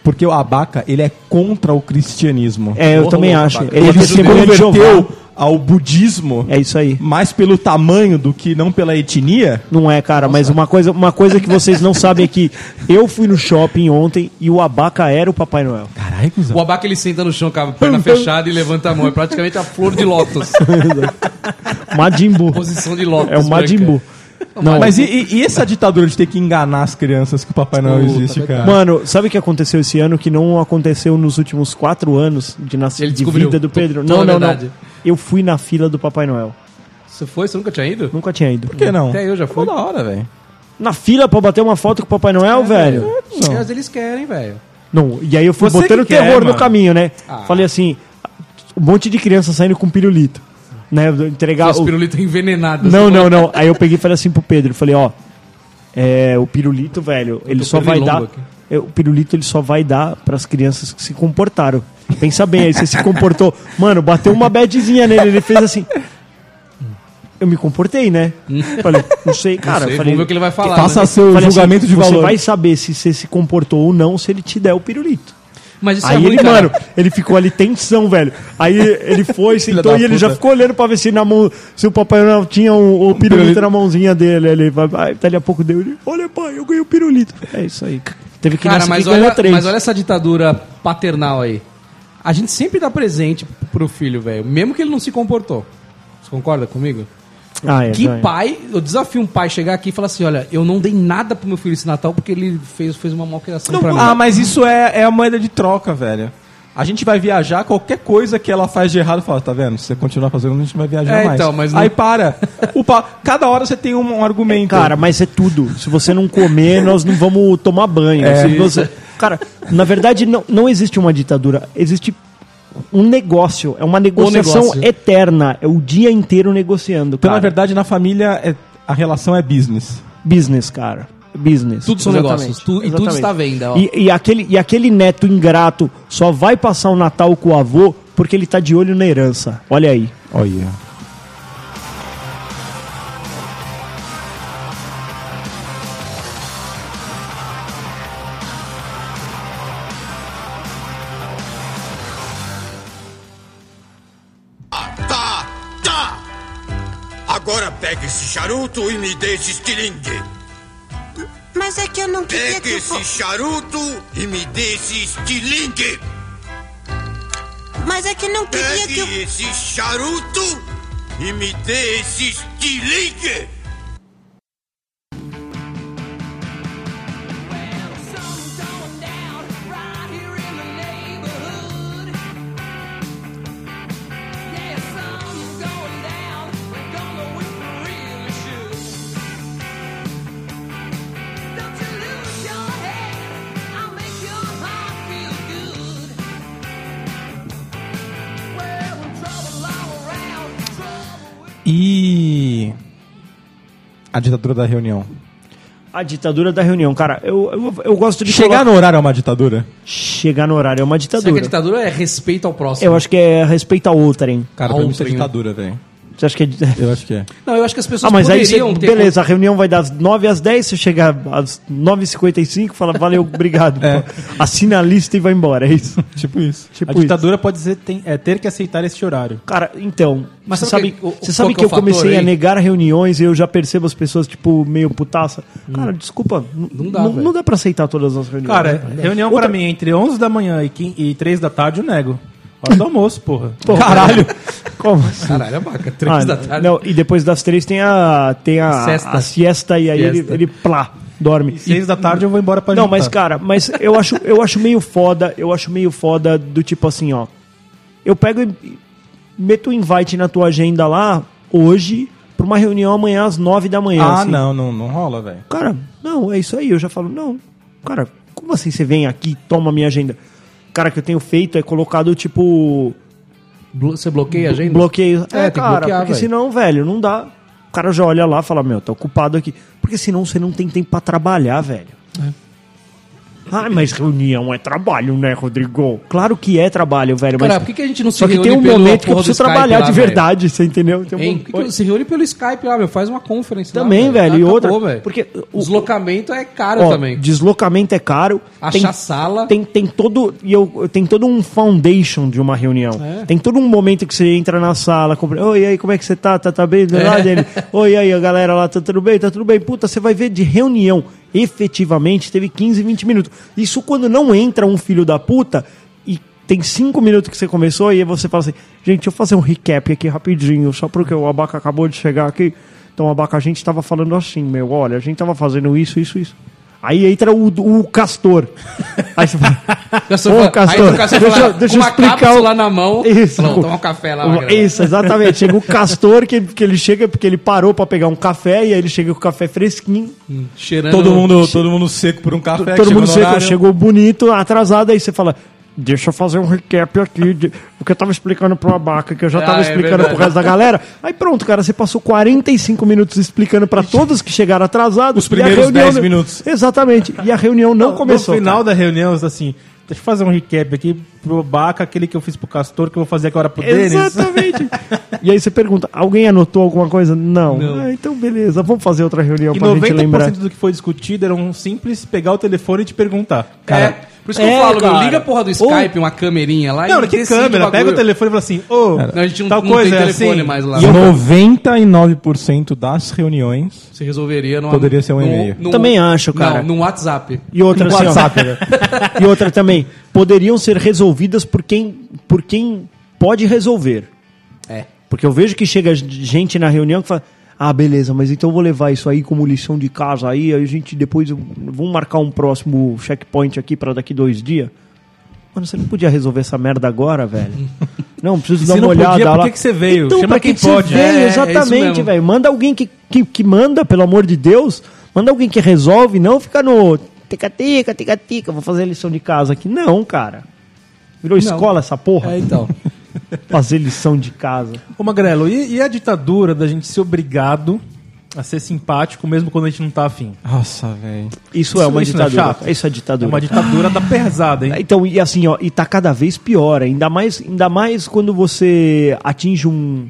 A: Porque o Abaca, ele é contra o cristianismo.
C: É, eu
D: Porra,
C: também
D: louco,
C: acho.
D: abaca.
C: Ele é
A: Ele se
C: testemunha de Jeová.
A: converteu ao budismo
C: É isso aí.
A: mais pelo tamanho do que não pela etnia.
C: Não é, cara, mas uma coisa, uma coisa que vocês não sabem é que eu fui no shopping ontem e o abaca era o Papai Noel.
A: Caralho,
D: O abaca ele senta no chão com a perna fechada e levanta a mão. É praticamente a flor de lótus.
C: Majin Buu.
D: Posição de lótus.
C: É o Majin Buu. Não,
A: Mas e, e- e essa ditadura de ter que enganar as crianças que o Papai Noel
D: Puta,
A: existe, cara?
C: Mano, sabe o que aconteceu esse ano que não aconteceu nos últimos quatro anos de, nas...
D: Ele
C: de
D: descobriu.
C: vida do Pedro?
D: Tô- tô
C: Não,
D: na
C: não, não.
D: verdade.
C: Eu fui na fila do Papai Noel.
D: Você foi? Você nunca tinha ido?
C: Nunca tinha ido.
A: Por que não?
D: Até eu já fui.
A: Ficou da hora, velho.
C: Na fila pra bater uma foto com o Papai Noel, velho?
D: Não. Mas eles querem, velho.
C: Não, e aí eu fui
B: Você
C: botando
B: que quer,
C: terror no
B: mano.
C: caminho, né?
D: Ah.
C: Falei assim, um monte de criança saindo com um pirulito. Né? Entregar
D: As
C: o-
D: pirulitas envenenadas.
C: Não, não, não. Aí eu peguei e falei assim pro Pedro, falei, ó, é, o pirulito, velho, ele
D: tô
C: só
D: com
C: vai dar.
D: pernilongo aqui.
C: é, o pirulito ele só vai dar pras crianças que se comportaram. Pensa bem, aí você se comportou. Mano, bateu uma badzinha nele, ele fez assim. Eu me comportei, né? Falei, não sei, cara.
D: Sei,
C: falei,
D: vamos ver o que ele vai falar.
A: Faça
D: né?
A: seu
C: falei assim,
A: julgamento de
C: Você
A: valor.
C: vai saber se você se comportou ou não se ele te der o pirulito.
D: Mas isso é
C: Aí
D: ruim,
C: ele,
D: cara.
C: mano, ele ficou ali tensão, velho. Aí ele foi, sentou
A: da
C: e ele já
A: puta.
C: ficou olhando pra ver se na mão, se o Papai Noel tinha um, o, o pirulito
A: pirulito.
C: na mãozinha dele. Ele, vai- vai, dali a pouco deu ele, olha pai, eu ganhei o pirulito. É isso aí. cara. Teve que ir
D: Cara,
C: nessa
D: mas
C: que ganhou
D: olha,
C: três.
D: mas olha essa ditadura paternal aí. A gente sempre dá presente pro filho, velho. Mesmo que ele não se comportou. Você concorda comigo?
C: Ah, é,
D: que
C: vai.
D: pai, eu desafio um pai chegar aqui e falar assim: olha, eu não dei nada pro meu filho esse Natal porque ele fez, fez uma malcriação pra mim.
A: ah, mas isso é, é a moeda de troca, velho. A gente vai viajar, qualquer coisa que ela faz de errado, fala, tá vendo? Se você continuar fazendo, a gente não vai viajar
D: É,
A: mais.
D: então, mas não-
A: Aí para. O pa- Cada hora você tem um argumento.
C: Cara, mas é tudo. Se você não comer, nós não vamos tomar banho.
D: É.
C: Se você- Cara, na verdade, não, não existe uma ditadura. Existe um negócio. É uma negociação
D: negócio.
C: eterna. É o dia inteiro negociando,
A: Então,
C: cara.
A: na verdade, na família, é- a relação é business.
C: Business, cara. Business.
D: Tudo são
C: Exatamente.
D: negócios. Tu- e tudo
C: Exatamente.
D: está à venda, ó.
C: E, e aquele, e aquele neto ingrato só vai passar o Natal com o avô porque ele tá de olho na herança. Olha aí.
A: Olha.
E: Tá, tá! Agora pega esse charuto e me dê esse estilingue.
F: Mas é que eu não queria
E: Pega
F: que
E: esse
F: fosse.
E: charuto e me dê esse estilingue.
F: Mas é que não queria que eu.
E: Pegue esse charuto e me dê esse estilingue.
A: E. A ditadura da reunião.
C: A ditadura da reunião, cara. Eu, eu, eu gosto de
A: Chegar
C: colo-
A: no horário é uma ditadura?
C: chegar no horário. É uma
D: Será que
C: ditadura.
D: a ditadura é respeito ao próximo?
C: Eu acho que é respeito ao outro, hein?
A: Cara, pra mim isso é
D: Ontem, né?
A: ditadura, velho.
C: Você acha que é.
A: Eu acho que é.
D: Não, eu acho que as pessoas
C: Ah, mas aí você,
D: poderiam ter.
C: beleza, a reunião vai das 9 às 10, você chega às 9h55, fala valeu, obrigado.
A: É.
C: pô. Assina a lista e vai embora, é isso?
A: Tipo isso.
C: Tipo
B: a
C: isso.
B: ditadura pode dizer tem- é, ter que aceitar este horário.
C: Cara, então,
D: Mas
C: você sabe,
D: sabe
C: que,
D: o-
C: você
D: qual
C: sabe
D: que
C: que,
D: é o
C: eu comecei
D: fator
C: a
D: aí?
C: negar reuniões e eu já percebo as pessoas, tipo, meio putaça. Cara, desculpa, n-
D: Hum. Não dá,
C: n-
D: velho.
C: não dá pra aceitar todas as reuniões.
B: Cara, é,
C: né?
B: reunião pra mim entre 11 da manhã e, 15 e 3 da tarde eu nego. Hora do almoço, porra.
C: Pô, Caralho! Como assim?
D: Caralho, abaca, três
C: Ah,
D: da tarde.
C: não, e depois das três tem a, tem a,
D: Sesta.
C: a siesta e aí
D: Siesta.
C: ele, ele plá. dorme.
B: Seis da tarde eu vou embora pra
C: Não,
B: jantar.
C: mas cara, mas eu acho, eu acho meio foda, eu acho meio foda do tipo assim, ó. Eu pego e meto um invite na tua agenda lá hoje pra uma reunião amanhã às nove da manhã.
A: Ah,
C: assim.
A: não, não, não rola, velho.
C: Cara, não, é isso aí. Eu já falo, não, cara, como assim você vem aqui e toma minha agenda? Cara, o que eu tenho feito é colocado tipo
D: Blo- Você bloqueia a agenda?
C: bloqueio.
D: É,
C: É,
D: tem que
C: cara,
D: bloquear,
C: porque
D: velho.
C: senão, velho, não dá. O cara já olha lá e fala, meu, tá ocupado aqui. Porque senão você não tem tempo pra trabalhar, velho.
D: É.
C: Ah, mas reunião é trabalho, né, Rodrigo? Claro que é trabalho, velho.
D: Cara,
C: mas...
D: por que que a gente não se
C: Só que tem
D: reúne
C: um
D: pelo
C: momento que eu
D: porra do
C: preciso
D: Skype
C: trabalhar
D: lá,
C: de
D: velho?
C: verdade, você entendeu? Tem um
D: Hein?
C: momento-
D: Por que que não se reúne pelo Skype lá, meu? Faz uma conference lá,
C: Também, velho, e
D: Acabou,
C: outra,
D: velho.
C: porque o-
D: o deslocamento é caro
C: Ó,
D: também.
C: Deslocamento é caro.
D: Achar sala.
C: Tem, tem todo. E eu, tem todo um foundation de uma reunião.
D: É.
C: Tem todo um momento que você entra na sala, compra. Oi, e aí, como é que você tá? Tá, tá bem? Lá,
D: É.
C: Dani? Oi, e aí, a galera lá, tá tudo bem? Tá tudo bem? Puta, você vai ver de reunião. Efetivamente, teve 15, 20 minutos. Isso quando não entra um filho da puta e tem 5 minutos que você começou e aí você fala assim: gente, deixa eu fazer um recap aqui rapidinho, só porque o Abaca acabou de chegar aqui. Então, Abaca, a gente tava falando assim, meu, olha, a gente tava fazendo isso, isso, isso. Aí entra o, o Castor. Aí você fala.
D: Castor
C: Ô,
D: fala-
C: Castor,
D: aí o Castor
C: deixa,
D: fala,
C: eu- deixa eu
D: com uma
C: explicar.
D: cápsula na mão,
C: Isso.
D: falando, toma um café lá, magrela.
C: Isso, exatamente. Chega o Castor, que, que ele chega porque ele parou pra pegar um café, e aí ele chega com o café fresquinho.
D: Cheirando...
A: Todo mundo, todo mundo seco por um café. que
C: todo
A: chegou
C: mundo
A: no
C: chegou,
A: horário.
C: chegou bonito, atrasado, aí você fala. Deixa eu fazer um recap aqui, de, porque eu tava explicando pro Abaca, que eu já tava
D: Ah, é
C: explicando
D: verdade.
C: pro resto da galera. Aí pronto, cara, você passou 45 minutos explicando pra todos que chegaram
A: Os
C: atrasados. e a
A: primeiros
C: reunião
A: 10
C: não-
A: minutos.
C: Exatamente. E a reunião não começou.
B: No final da reunião, assim, deixa eu fazer um recap aqui pro Baca, aquele que eu fiz pro Castor, que eu vou fazer agora pro Denis.
C: Exatamente. e aí você pergunta, alguém anotou alguma coisa? Não. Ah, então beleza, vamos fazer outra reunião
B: E
C: pra gente
B: 90%
C: lembrar.
B: do que foi discutido era um simples pegar o telefone e te perguntar.
D: É, por isso que
C: É,
D: eu falo, meu,
C: cara.
D: liga a porra do Skype, uma câmerinha lá
B: Não, que
D: decide o
B: câmera? Pega o
D: bagulho.
B: telefone e fala assim, ô,
D: Não, a gente não,
B: tal
D: não
B: coisa
D: tem
B: é
D: telefone
B: assim.
D: mais lá.
A: E 99% das reuniões.
D: Você resolveria numa,
A: Poderia ser um
D: num-
A: e-mail.
D: num-
C: Também acho, cara.
D: Não, num WhatsApp.
C: E outra, assim, ó.
A: WhatsApp, né?
C: e outra também, poderiam ser resolvidas por quem, por quem pode resolver.
D: É.
C: Porque eu vejo que chega gente na reunião que fala, ah, beleza, mas então eu vou levar isso aí como lição de casa aí, aí a gente depois, vamos marcar um próximo checkpoint aqui pra daqui dois dias. Mano, você não podia resolver essa merda agora, velho? Não, preciso
B: Se
C: dar uma
B: não podia,
C: olhada
B: por
C: lá.
B: que que você veio?
C: Então,
B: Chama
C: pra que
B: quem
C: que você
B: pode.
C: veio?
D: É, é isso
C: Exatamente,
D: mesmo.
C: velho. Manda alguém que, que, que manda, pelo amor de Deus. Manda alguém que resolve, não fica no tica-tica, tica-tica, vou fazer a lição de casa aqui. Não, cara. Virou escola essa porra?
D: É, então.
C: Fazer lição de casa.
B: Ô Magrelo, e, e a ditadura da gente ser obrigado a ser simpático mesmo quando a gente não tá afim?
A: Nossa, velho.
C: Isso, é uma
B: isso não é
C: ditadura.
B: chato?
C: isso é
B: É
C: ditadura.
B: uma ditadura da pesada, hein?
C: Então, e assim, ó, e tá cada vez pior, ainda mais, ainda mais quando você atinge um.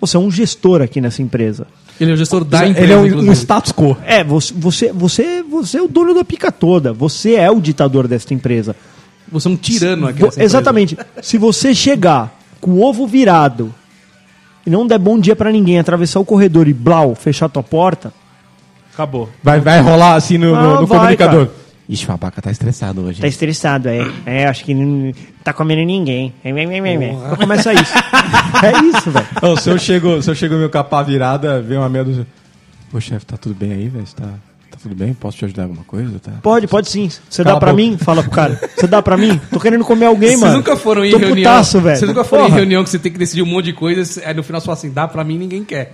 C: Você é um gestor aqui nessa empresa.
D: Ele é o gestor da empresa,
A: Ele é um, um
D: inclusive.
A: status quo.
C: É, você, você, você, você é o dono da pica toda. Você é o ditador desta empresa.
D: Você é um tirano aqui.
C: Vo-
D: nessa empresa.
C: Exatamente. Se você chegar com o ovo virado e não der bom dia pra ninguém, atravessar o corredor e blau, fechar tua porta,
B: Acabou.
A: Vai, vai rolar assim no, no-
C: Não,
A: no
C: vai,
A: comunicador. Ixi, o abaca tá estressado hoje.
C: tá estressado, é. É, acho que não tá comendo ninguém. É, é, é, é, é. Então começa isso. é isso, velho.
A: Não, se eu chego, se eu chego meu capa virada, vem uma merda. assim, Pô, chefe, tá tudo bem aí, velho? Você Tá, tá tudo bem? Posso te ajudar em alguma coisa? Tá?
C: Pode, pode sim. Você
A: Cala
C: dá
A: a
C: pra
A: boca.
C: mim? Fala pro cara. Você dá pra mim? Tô querendo comer alguém,
D: Vocês
C: mano.
D: nunca foram em
C: Tô
D: reunião.
C: Putaço, velho.
D: Vocês nunca foram em
C: Porra.
D: reunião que você tem que decidir um monte de coisas, aí no final você fala assim, dá pra mim, ninguém quer.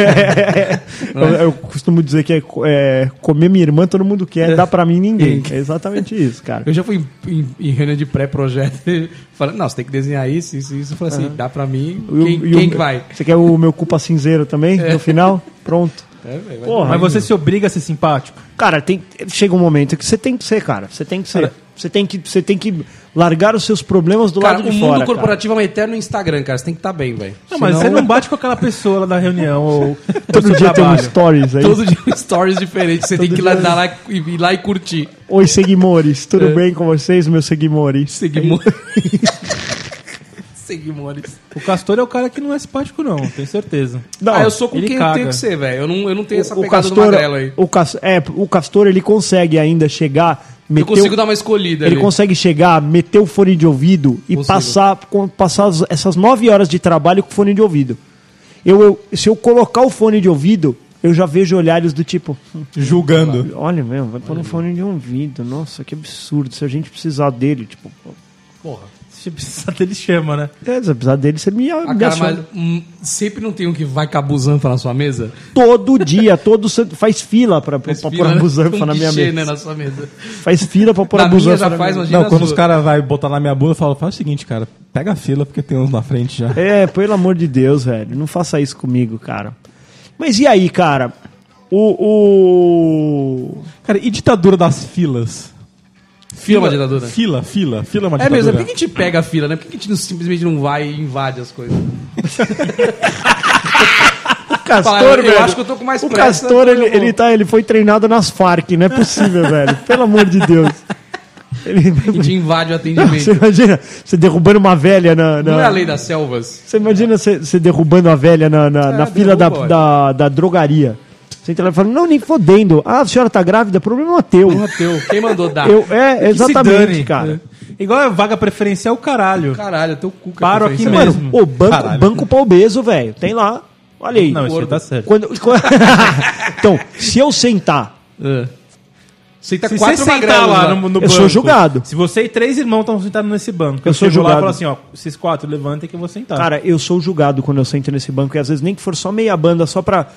C: É. eu, eu costumo dizer que é, co- é, comer minha irmã todo mundo quer, dá pra mim ninguém. É exatamente isso, cara.
D: Eu já fui em, em- em reunião de pré-projeto falando, não, você tem que desenhar isso, isso, isso. Eu falei assim, dá pra mim,
C: E o-
D: quem,
C: e o-
D: quem que vai? É.
C: Você quer o meu culpa cinzeiro também, no final? Pronto. Porra,
B: Mas você se obriga a ser simpático?
C: Cara, tem, chega um momento que você tem que ser, cara. Você tem que ser. Você tem que, você tem que largar os seus problemas do
D: Cara,
C: lado
D: o
C: de
D: mundo
C: fora. cara.
D: corporativo é um eterno Instagram, cara. Você tem que estar bem, velho.
B: Não, mas você não bate com aquela pessoa lá da reunião ou
C: Todo dia tem um stories aí.
D: Todo dia um stories diferente, você tem que ir lá,
C: é
D: dar lá e ir lá e curtir.
C: Oi, seguimores.
D: É.
C: Tudo bem com vocês, meus seguimores?
D: Seguimores. Seguimores.
B: O Castor é o cara que não é simpático, não, tenho certeza.
C: Não,
D: ah, eu sou com
B: ele
D: quem eu
B: caga.
D: tenho que ser, velho. Eu não, eu não tenho essa
C: o, o
D: pegada do
C: Castor,
D: Magrelo aí.
C: o, Cas- é, o Castor, ele consegue ainda chegar... meter
D: Eu consigo
C: o-
D: dar uma escolhida
C: Ele
D: ali.
C: consegue chegar, meter o fone de ouvido e
D: Consigo.
C: passar, com- passar as- essas nove horas de trabalho com fone de ouvido. Eu, eu- se eu colocar o fone de ouvido, eu já vejo olhares do tipo, "Hum,
A: Julgando.
C: olha meu, vai pôr um fone de ouvido, nossa, que absurdo, se a gente precisar dele, tipo,
B: Se precisar dele, chama, né?
C: é, se eu precisar dele, você me,
D: Ah,
C: me
D: cara,
C: aciona.
D: mas hum, sempre não tem um que vai cabuzanfa na sua mesa?
C: todo dia, todo santo- faz fila pra, pra, pra pôr a
D: né?
C: busanfa
D: Um
C: na minha
D: guichê,
C: mesa.
D: né, na sua mesa.
C: Faz fila pra pôr
D: Na
C: a
D: minha
C: busanfa
D: já
C: na
D: faz,
C: minha mesa.
D: imagina
A: Não, quando
D: a
A: os
D: sua.
A: caras vão botar na minha bunda, eu falo, faz o seguinte, cara, pega a fila porque tem uns na frente já.
C: É, pelo amor de Deus, velho. Não faça isso comigo, cara. Mas e aí, cara? O. o...
A: Cara, e ditadura das filas?
D: Fila uma ditadura.
A: Fila, fila, fila é uma
D: É
A: ditadura.
D: mesmo, é por que a gente pega a fila, né? Por que a gente não- simplesmente não vai e invade as coisas? Fala, eu- eu acho que eu tô com mais
C: O
D: pressa,
C: Castor,
D: então
C: ele,
D: eu vou-
C: ele, tá, ele foi treinado nas Farc, não é possível, velho. Pelo amor de Deus. Ele...
D: A gente invade o
C: Você
D: atendimento.
C: imagina você derrubando uma velha na.
D: Não é
C: na...
D: a lei das selvas.
C: Você imagina você você derrubando a velha na, na, na fila da,
D: derruba,
C: da, da drogaria. Você entra lá e fala, não, nem fodendo. Ah, a senhora tá grávida, problema teu.
D: Porra, teu. Quem mandou dar?
C: Eu, é,
B: Que se
C: exatamente,
B: dane.
C: cara.
B: É. Igual a vaga preferencial, caralho.
D: Caralho, teu cu. que é
B: Paro aqui
D: preferência.
B: mesmo.
C: Mano, o banco,
A: Caralho.
C: banco pra obeso, velho. Tem lá. Olha aí.
B: Não, isso aí tá certo.
C: Quando- então, se eu sentar,
D: É.
A: tá
D: Aceita
B: Se você
D: quatro
B: sentar
D: magrelos
B: lá no, no
C: Eu
B: banco.
C: sou julgado.
B: Se você e três irmãos estão sentados nesse banco,
C: Eu sou
B: chego lá
C: julgado.
B: e falo assim, ó, esses quatro levantem que eu vou sentar.
C: cara, eu sou julgado quando eu sento nesse banco. E às vezes nem que for só meia banda, só pra.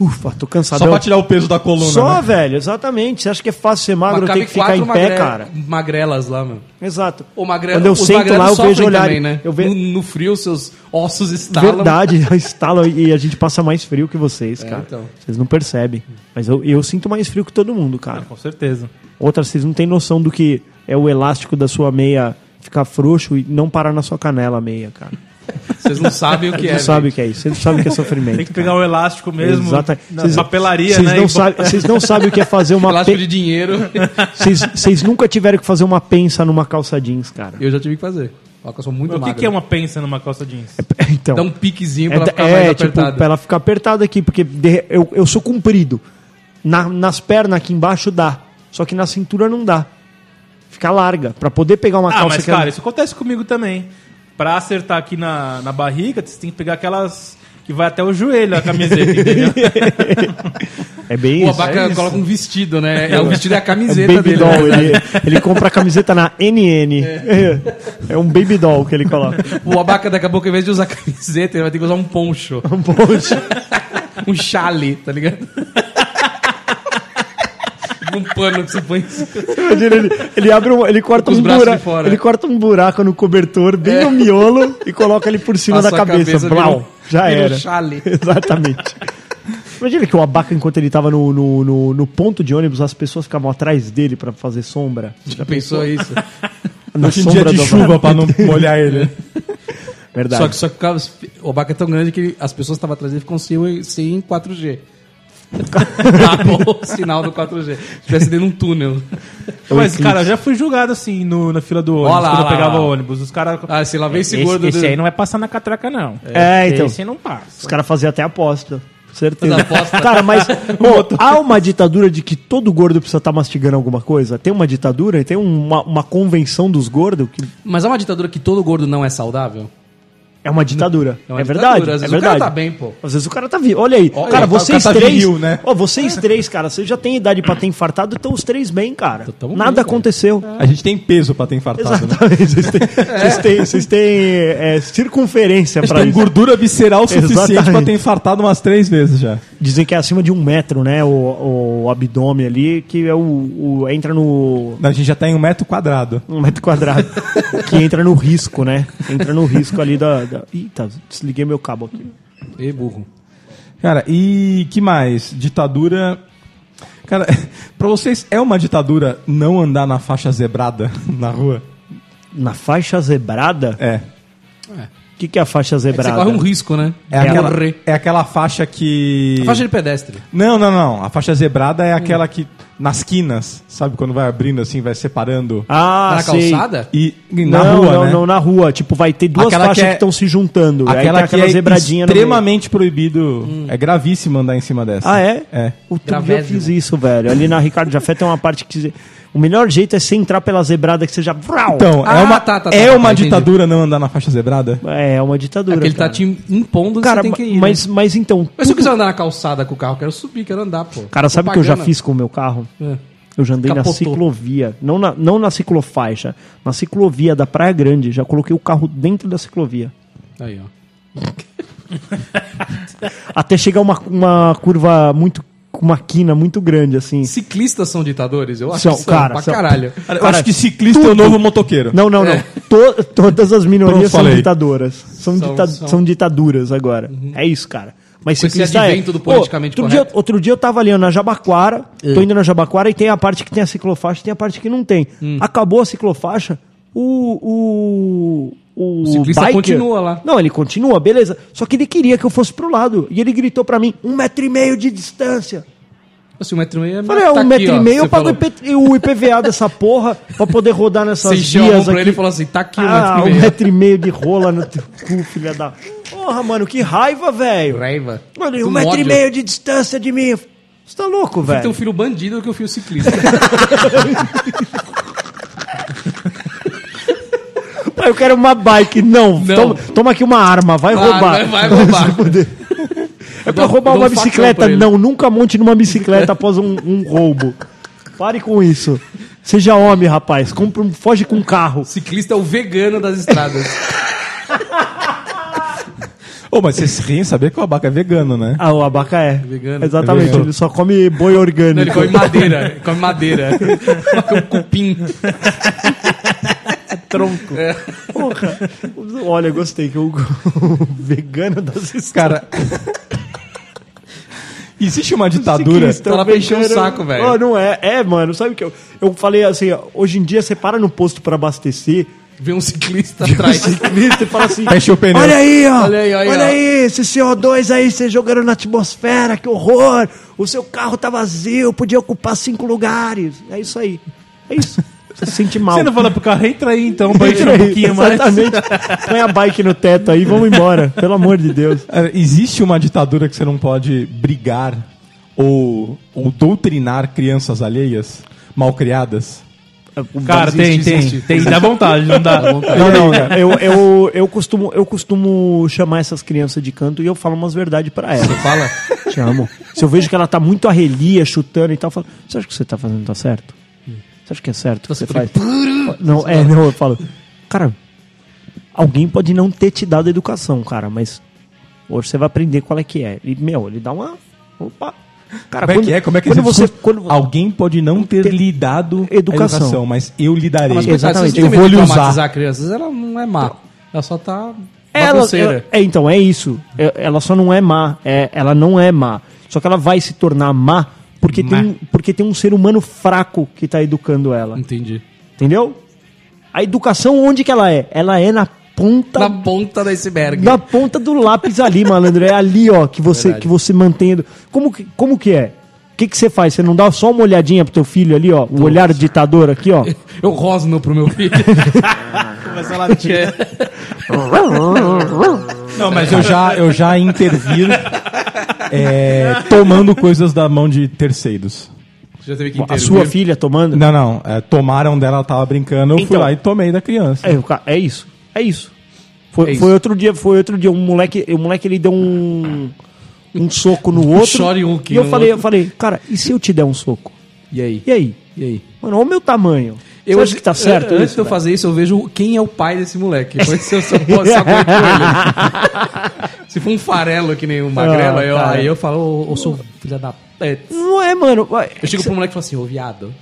C: Ufa, tô cansadão.
A: Só pra tirar o peso da coluna,
C: Só,
A: né?
C: velho, exatamente. Você acha que é fácil ser magro,
D: Mas
C: eu
D: cabe
C: tenho que ficar em pé,
D: magre-
C: cara.
D: magrelas lá, mano.
C: Exato.
D: O magrelo,
C: Quando eu
D: os
C: sento
D: magrelos
C: lá, eu
D: sofrem
C: vejo olhar.
D: também, né?
C: Eu vejo.
D: no, no frio, seus ossos estalam.
C: Verdade, estala e a gente passa mais frio que vocês, cara.
D: então.
C: Vocês não percebem. Mas eu, eu sinto mais frio que todo mundo, cara.
B: Com certeza.
C: Outra, vocês não têm noção do que é o elástico da sua meia ficar frouxo e não parar na sua canela a meia, cara.
D: Vocês não sabem o que é.
C: Vocês não sabem o que é isso, vocês não sabem o que é sofrimento.
B: Tem que pegar o elástico mesmo.
C: Exata-
B: Na
C: Vocês-
B: papelaria,
C: vocês
B: né?
C: Não
B: e-
C: sabem, vocês não sabem o que é fazer
D: velho.
C: uma.
D: Elástico
C: pe-
D: de dinheiro.
C: Vocês vocês nunca tiveram que fazer uma pensa numa calça jeans, cara.
D: eu já tive que fazer. Olha que eu sou muito
B: O que,
D: magro.
B: que é uma pensa numa calça jeans?
C: Então.
D: Dá um piquezinho pra
C: É,
D: ela ficar
C: é,
D: mais
C: tipo,
D: apertada.
C: pra ela ficar apertada aqui, porque de- eu, eu sou comprido. Na- nas pernas aqui embaixo dá. Só que na cintura não dá. Fica larga. Pra poder pegar uma
B: Ah,
C: calça
B: mas
C: que
B: cara, isso acontece comigo também. Pra acertar aqui na, na barriga, você tem que pegar aquelas que vai até o joelho a camiseta, entendeu?
C: é, é bem
D: O
C: isso.
D: abaca
C: é isso.
D: coloca um vestido, né? É, o vestido é a
C: É
D: camiseta
C: baby
D: dele.
C: doll,
D: né?
C: ele, ele compra a camiseta na NN. É. um baby doll que ele coloca.
D: O abaca daqui a pouco, ao invés de usar camiseta, ele vai ter que usar um poncho. um chale, tá ligado? um pano que você põe. em cima.
C: Imagina, ele, ele abre um, ele corta
D: Com os
C: um
D: braços de
C: buraco,
D: fora. É.
C: ele corta um buraco no cobertor bem no miolo e coloca ele por cima
D: Passa
C: da
D: a
C: cabeça,
D: vira
C: blau,
D: um-
C: já
D: vira um
C: era.
D: chale.
C: Exatamente. Imagina que o abaca, enquanto ele tava no, no, no- no ponto de ônibus, as pessoas ficavam atrás dele pra fazer sombra.
D: Já pensou isso?
C: Na
A: Hoje em dia é de
C: do
A: chuva
C: abaca.
A: pra não molhar ele.
C: Verdade.
D: Só que, só que ficava- o abaca é tão grande que as pessoas que estavam atrás dele ficam sem, sem 4G. Travou o sinal do 4G. Se tivesse dentro de um túnel.
B: Mas, cara, eu já fui julgado assim no, na fila do ônibus,
D: Olha lá,
B: quando eu
D: lá,
B: pegava
D: lá.
B: o ônibus. Os caras.
D: Ah, sei lá, vem esse,
B: Esse,
D: gordo.
B: esse
D: do-
B: aí não vai passar na catraca, não.
C: É, então.
B: Esse não passa.
C: Os caras faziam até aposta. Certeza.
D: Faz aposta.
C: Cara, mas pô, há uma ditadura de que todo gordo precisa estar mastigando alguma coisa? Tem uma ditadura e tem uma, uma convenção dos gordos que
D: Mas é uma ditadura que todo gordo não é saudável?
C: é uma ditadura. É,
D: É uma
C: verdade.
D: ditadura.
C: é
D: Às vezes o
C: verdade.
D: cara tá bem, pô.
C: Às vezes o cara tá vivo. Olha aí.
D: Olha,
C: cara,
D: o cara
C: vocês
A: tá
C: três.
A: viril, né?
C: Ó, vocês três, cara, vocês já têm idade pra ter infartado, então os três bem, cara.
D: Então tamo
C: Nada
D: bem, Tá, cara.
C: aconteceu.
A: A gente tem peso pra ter infartado, né?
C: Exatamente. Vocês
D: É.
C: têm, vocês têm, vocês têm, é, circunferência pra
A: Tem
C: isso.
A: gordura visceral suficiente pra
C: Exatamente.
A: ter infartado umas três vezes já.
C: Dizem que é acima de um metro, né? O, o abdômen ali, que é o, o- entra no.
A: A gente já tá em um metro quadrado.
C: Um metro quadrado. que entra no risco, né? Entra no risco ali da. da... Eita, desliguei meu cabo aqui.
D: E burro.
A: Cara, e que mais? Ditadura. Cara, pra vocês é uma ditadura não andar na faixa zebrada na rua?
C: Na faixa zebrada?
A: É.
C: O que, que é a faixa
D: Você
C: zebrada?
D: corre um risco, né?
A: É,
D: De
A: aquela,
D: morrer.
A: é aquela faixa que.
D: Faixa de pedestre.
A: Não, não, não. A faixa zebrada é aquela que. Nas quinas, sabe? Quando vai abrindo assim, vai separando.
C: Ah,
D: Tá na
C: sei.
D: calçada?
A: E, e
C: Não,
A: na rua,
C: não,
A: né?
C: não, na rua. Tipo, vai ter duas
A: Aquela
C: faixas
A: que é-
C: que estão se juntando. Aí
A: Aquela
C: tem
A: que é
C: zebradinha no meio.
A: extremamente proibido. É gravíssimo andar em cima dessa.
C: Ah, é?
A: É.
C: O outro dia eu
D: Gravésimo.
C: fiz isso, velho. Ali na Ricardo Jafé tem uma parte que. O melhor jeito é você entrar pela zebrada que você já. Vrau!
A: Então, é
D: Ah,
A: uma,
D: tá, tá, tá,
A: é
D: tá,
A: uma
D: entendi.
A: ditadura não andar na faixa zebrada?
C: É uma ditadura.
D: Porque ele tá
C: cara.
D: te impondo que
C: Cara,
D: você tem que ir.
C: mas,
D: né?
C: mas então.
D: Mas se eu quiser andar na calçada com o carro, eu quero subir, quero andar, pô.
C: Cara, sabe o que eu já
D: Propaganda.
C: fiz com o meu carro?
D: É.
C: Eu já andei na
D: Capotou.
C: ciclovia, não na, não na ciclofaixa, na ciclovia da Praia Grande. Já coloquei o carro dentro da ciclovia.
D: Aí, ó.
C: Até chegar uma, uma curva muito. com uma quina muito grande, assim.
D: Ciclistas são ditadores? Eu acho
C: São,
D: que são
C: cara,
D: é pra
C: são.
D: caralho.
A: Cara, eu
C: Cara,
A: acho que ciclista é o novo motoqueiro.
C: Não, não, não.
D: É.
C: To- todas as
A: Pronto,
C: minorias são
A: falei.
C: ditadoras. São,
D: São-
C: dita-
D: são. Uhum.
C: são ditaduras agora. É isso, cara. Mas
D: Com esse
C: ciclista é.
D: advento do
C: Pô,
D: politicamente
C: outro dia,
D: correto. É.
C: outro dia eu tava ali ó, na Jabaquara, tô indo na Jabaquara e tem a parte que tem a ciclofaixa e tem a parte que não tem.
D: Hum.
C: Acabou a ciclofaixa, o. o... O,
D: ciclista
C: biker-
D: continua lá.
C: Não, ele continua, beleza. Só que ele queria que eu fosse pro lado. E ele gritou pra mim, um metro e meio de distância.
D: Assim, um metro e meio é
C: Eu falei, é um
D: tá aqui,
C: metro
D: ó,
C: e meio,
D: você
C: eu pago o
D: falou.
C: IP- o IPVA dessa porra pra poder rodar
D: Você
C: nessas
D: encheu a mão
C: vias
D: pra
C: aqui.
D: ele e falou assim, tá aqui um
C: Ah,
D: metro e
C: um
D: meio.
C: metro e meio de rola no teu cu, filha da. Porra, mano, que raiva, velho.
D: Raiva.
C: Olha,
D: Com
C: um metro e
D: ódio.
C: meio de distância de mim. Você tá louco,
D: Tem um
C: velho?
D: filho bandido do que o filho ciclista.
C: Pai, Eu quero uma bike. Não,
D: Não.
C: Toma, toma aqui uma arma, vai
D: Ah,
C: roubar.
D: vai- vai roubar.
C: Se fuder. É pra
D: dou-
C: roubar
D: dou
C: uma
D: um facão
C: bicicleta.
D: pra ele.
C: Não, nunca monte numa bicicleta após um, um roubo. Pare com isso. Seja homem, rapaz. Compre um- foge com um carro.
D: ciclista é o vegano das estradas.
A: Ô, mas vocês riem saber que o abaca é vegano, né?
C: Ah, o abaca é.
D: Vegano.
C: Exatamente,
A: É vegano.
C: ele só come boi orgânico.
D: Não, ele come madeira. Ele come madeira. come um cupim.
C: tronco. Porra. Olha, eu gostei que o, o vegano das estradas.
A: Cara. Existe uma ditadura.
D: Tá lá pra encher o saco, velho.
C: Não, não é. É, mano, sabe o que eu... Eu falei assim, ó, hoje em dia você para no posto pra abastecer,
D: Vê um ciclista atrás.
C: você fala assim...
A: Pra encher o pneu.
C: Olha aí, ó.
D: Olha aí, olha aí, ó."
C: esse CO2 aí, você jogando na atmosfera, que horror. O seu carro tá vazio, podia ocupar cinco lugares. É isso aí. É isso. Você se sente mal.
B: Você não fala pro carro, entra aí então, pra encher um pouquinho mais.
C: Exatamente. Põe a bike no teto aí, vamos embora. Pelo amor de Deus.
A: É, Existe uma ditadura que você não pode brigar ou, ou doutrinar crianças alheias, mal criadas?
B: Cara, tem,
D: Existe,
B: tem,
D: existe.
B: tem. Dá vontade, não dá.
C: Não, não, eu, eu, eu, costumo, eu costumo chamar essas crianças de canto e eu falo umas verdades pra elas.
D: Fala.
C: Te amo. Se eu vejo que ela tá muito arrelia, chutando e tal, eu falo, você acha que você tá fazendo tá certo? Você acha que é certo o que você faz? Não, é, não, eu falo, cara, alguém pode não ter te dado educação, cara, mas hoje você vai aprender qual é que é. E, meu, ele dá uma... Opa! Cara,
A: Como é que é? Como é que
C: quando
A: você
C: você...
A: discute?
C: Quando,
A: Alguém pode não ter
C: Ter-
A: lhe dado
C: Educação.
A: educação. educação, mas eu lhe darei.
C: mas, coitado, Exatamente.
D: Eu
A: Eu vou lhe usar.
D: traumatizar crianças, ela não é má. Ela só tá
C: Ela,
D: bagunceira.
C: ela- é, então, é isso. É- ela só não é má. É, ela não é má. Só que ela vai se tornar má porque, Tem, porque tem um ser humano fraco que tá educando ela.
D: Entendi.
C: Entendeu? A educação, onde que ela é? Ela é na ponta.
D: Na
C: Na...
D: ponta do iceberg.
C: ponta do lápis ali, malandro. É ali, ó, que você, que você mantém. Como que, como que é? O que, que você faz? Você não dá só uma olhadinha pro teu filho ali, ó? O olhar ditador aqui, ó.
D: Eu rosno pro meu filho. Começa lá é.
A: Não, Então, mas
C: É.
A: eu já, eu já intervir é, tomando coisas da mão de terceiros.
D: Já teve que
C: A
D: intervir.
C: sua filha tomando.
A: Não, não. é, tomaram dela, ela tava brincando, eu fui
C: Então.
A: lá e tomei da criança.
C: É, o ca- é isso. É isso. Foi,
D: É isso.
C: foi outro dia, foi outro dia. Um moleque, o moleque ele deu um, um soco no outro.
D: shoryuken
C: e eu
D: um no
C: falei, eu
D: outro.
C: falei, cara, e se eu te der um soco?
D: E aí?
C: E aí?
D: E aí?
C: Mano, olha o meu tamanho. Eu acho que tá certo
D: É, Antes
C: isso,
D: de eu
C: velho?
D: fazer isso, eu vejo quem é o pai desse moleque. Depois se eu só posso saber com ele. Se for um farelo que nem um magrelo,
C: Ah,
D: eu,
C: cara.
D: aí eu falo, ô, ô, seu filho da... É.
C: Não é, mano.
D: Eu chego pro moleque e falo assim, ô viado.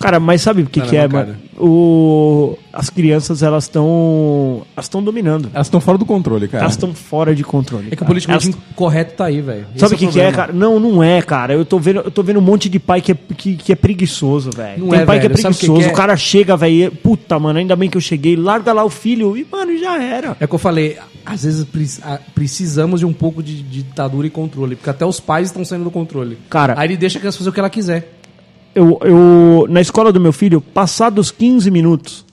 C: Cara, mas sabe o que,
D: Não,
C: que
D: não,
C: é,
D: cara.
C: mano? O... As crianças, elas estão. Elas estão dominando.
A: Elas estão fora do controle, cara.
C: Elas estão fora de controle.
D: É que o
C: cara.
D: politicamente
C: Elas-
D: correto tá aí, velho. Esse
C: Sabe o que, que é,
D: problema.
C: cara? Não, não é, cara. Eu tô vendo, eu tô vendo um monte de pai que é, que, que é preguiçoso, velho.
D: Não
C: Tem
D: é,
C: pai que é
D: velho. Sabe o que
C: preguiçoso.
D: que é?
C: O cara chega, velho. e- Puta, mano, ainda bem que eu cheguei. Larga lá o filho e, mano, já era.
D: É o que eu falei, às vezes pre- a- precisamos de um pouco de ditadura e controle, porque até os pais estão saindo do controle.
C: Cara-
D: Aí ele deixa a criança fazer o que ela quiser.
C: Eu, eu, na escola do meu filho, passados 15 minutos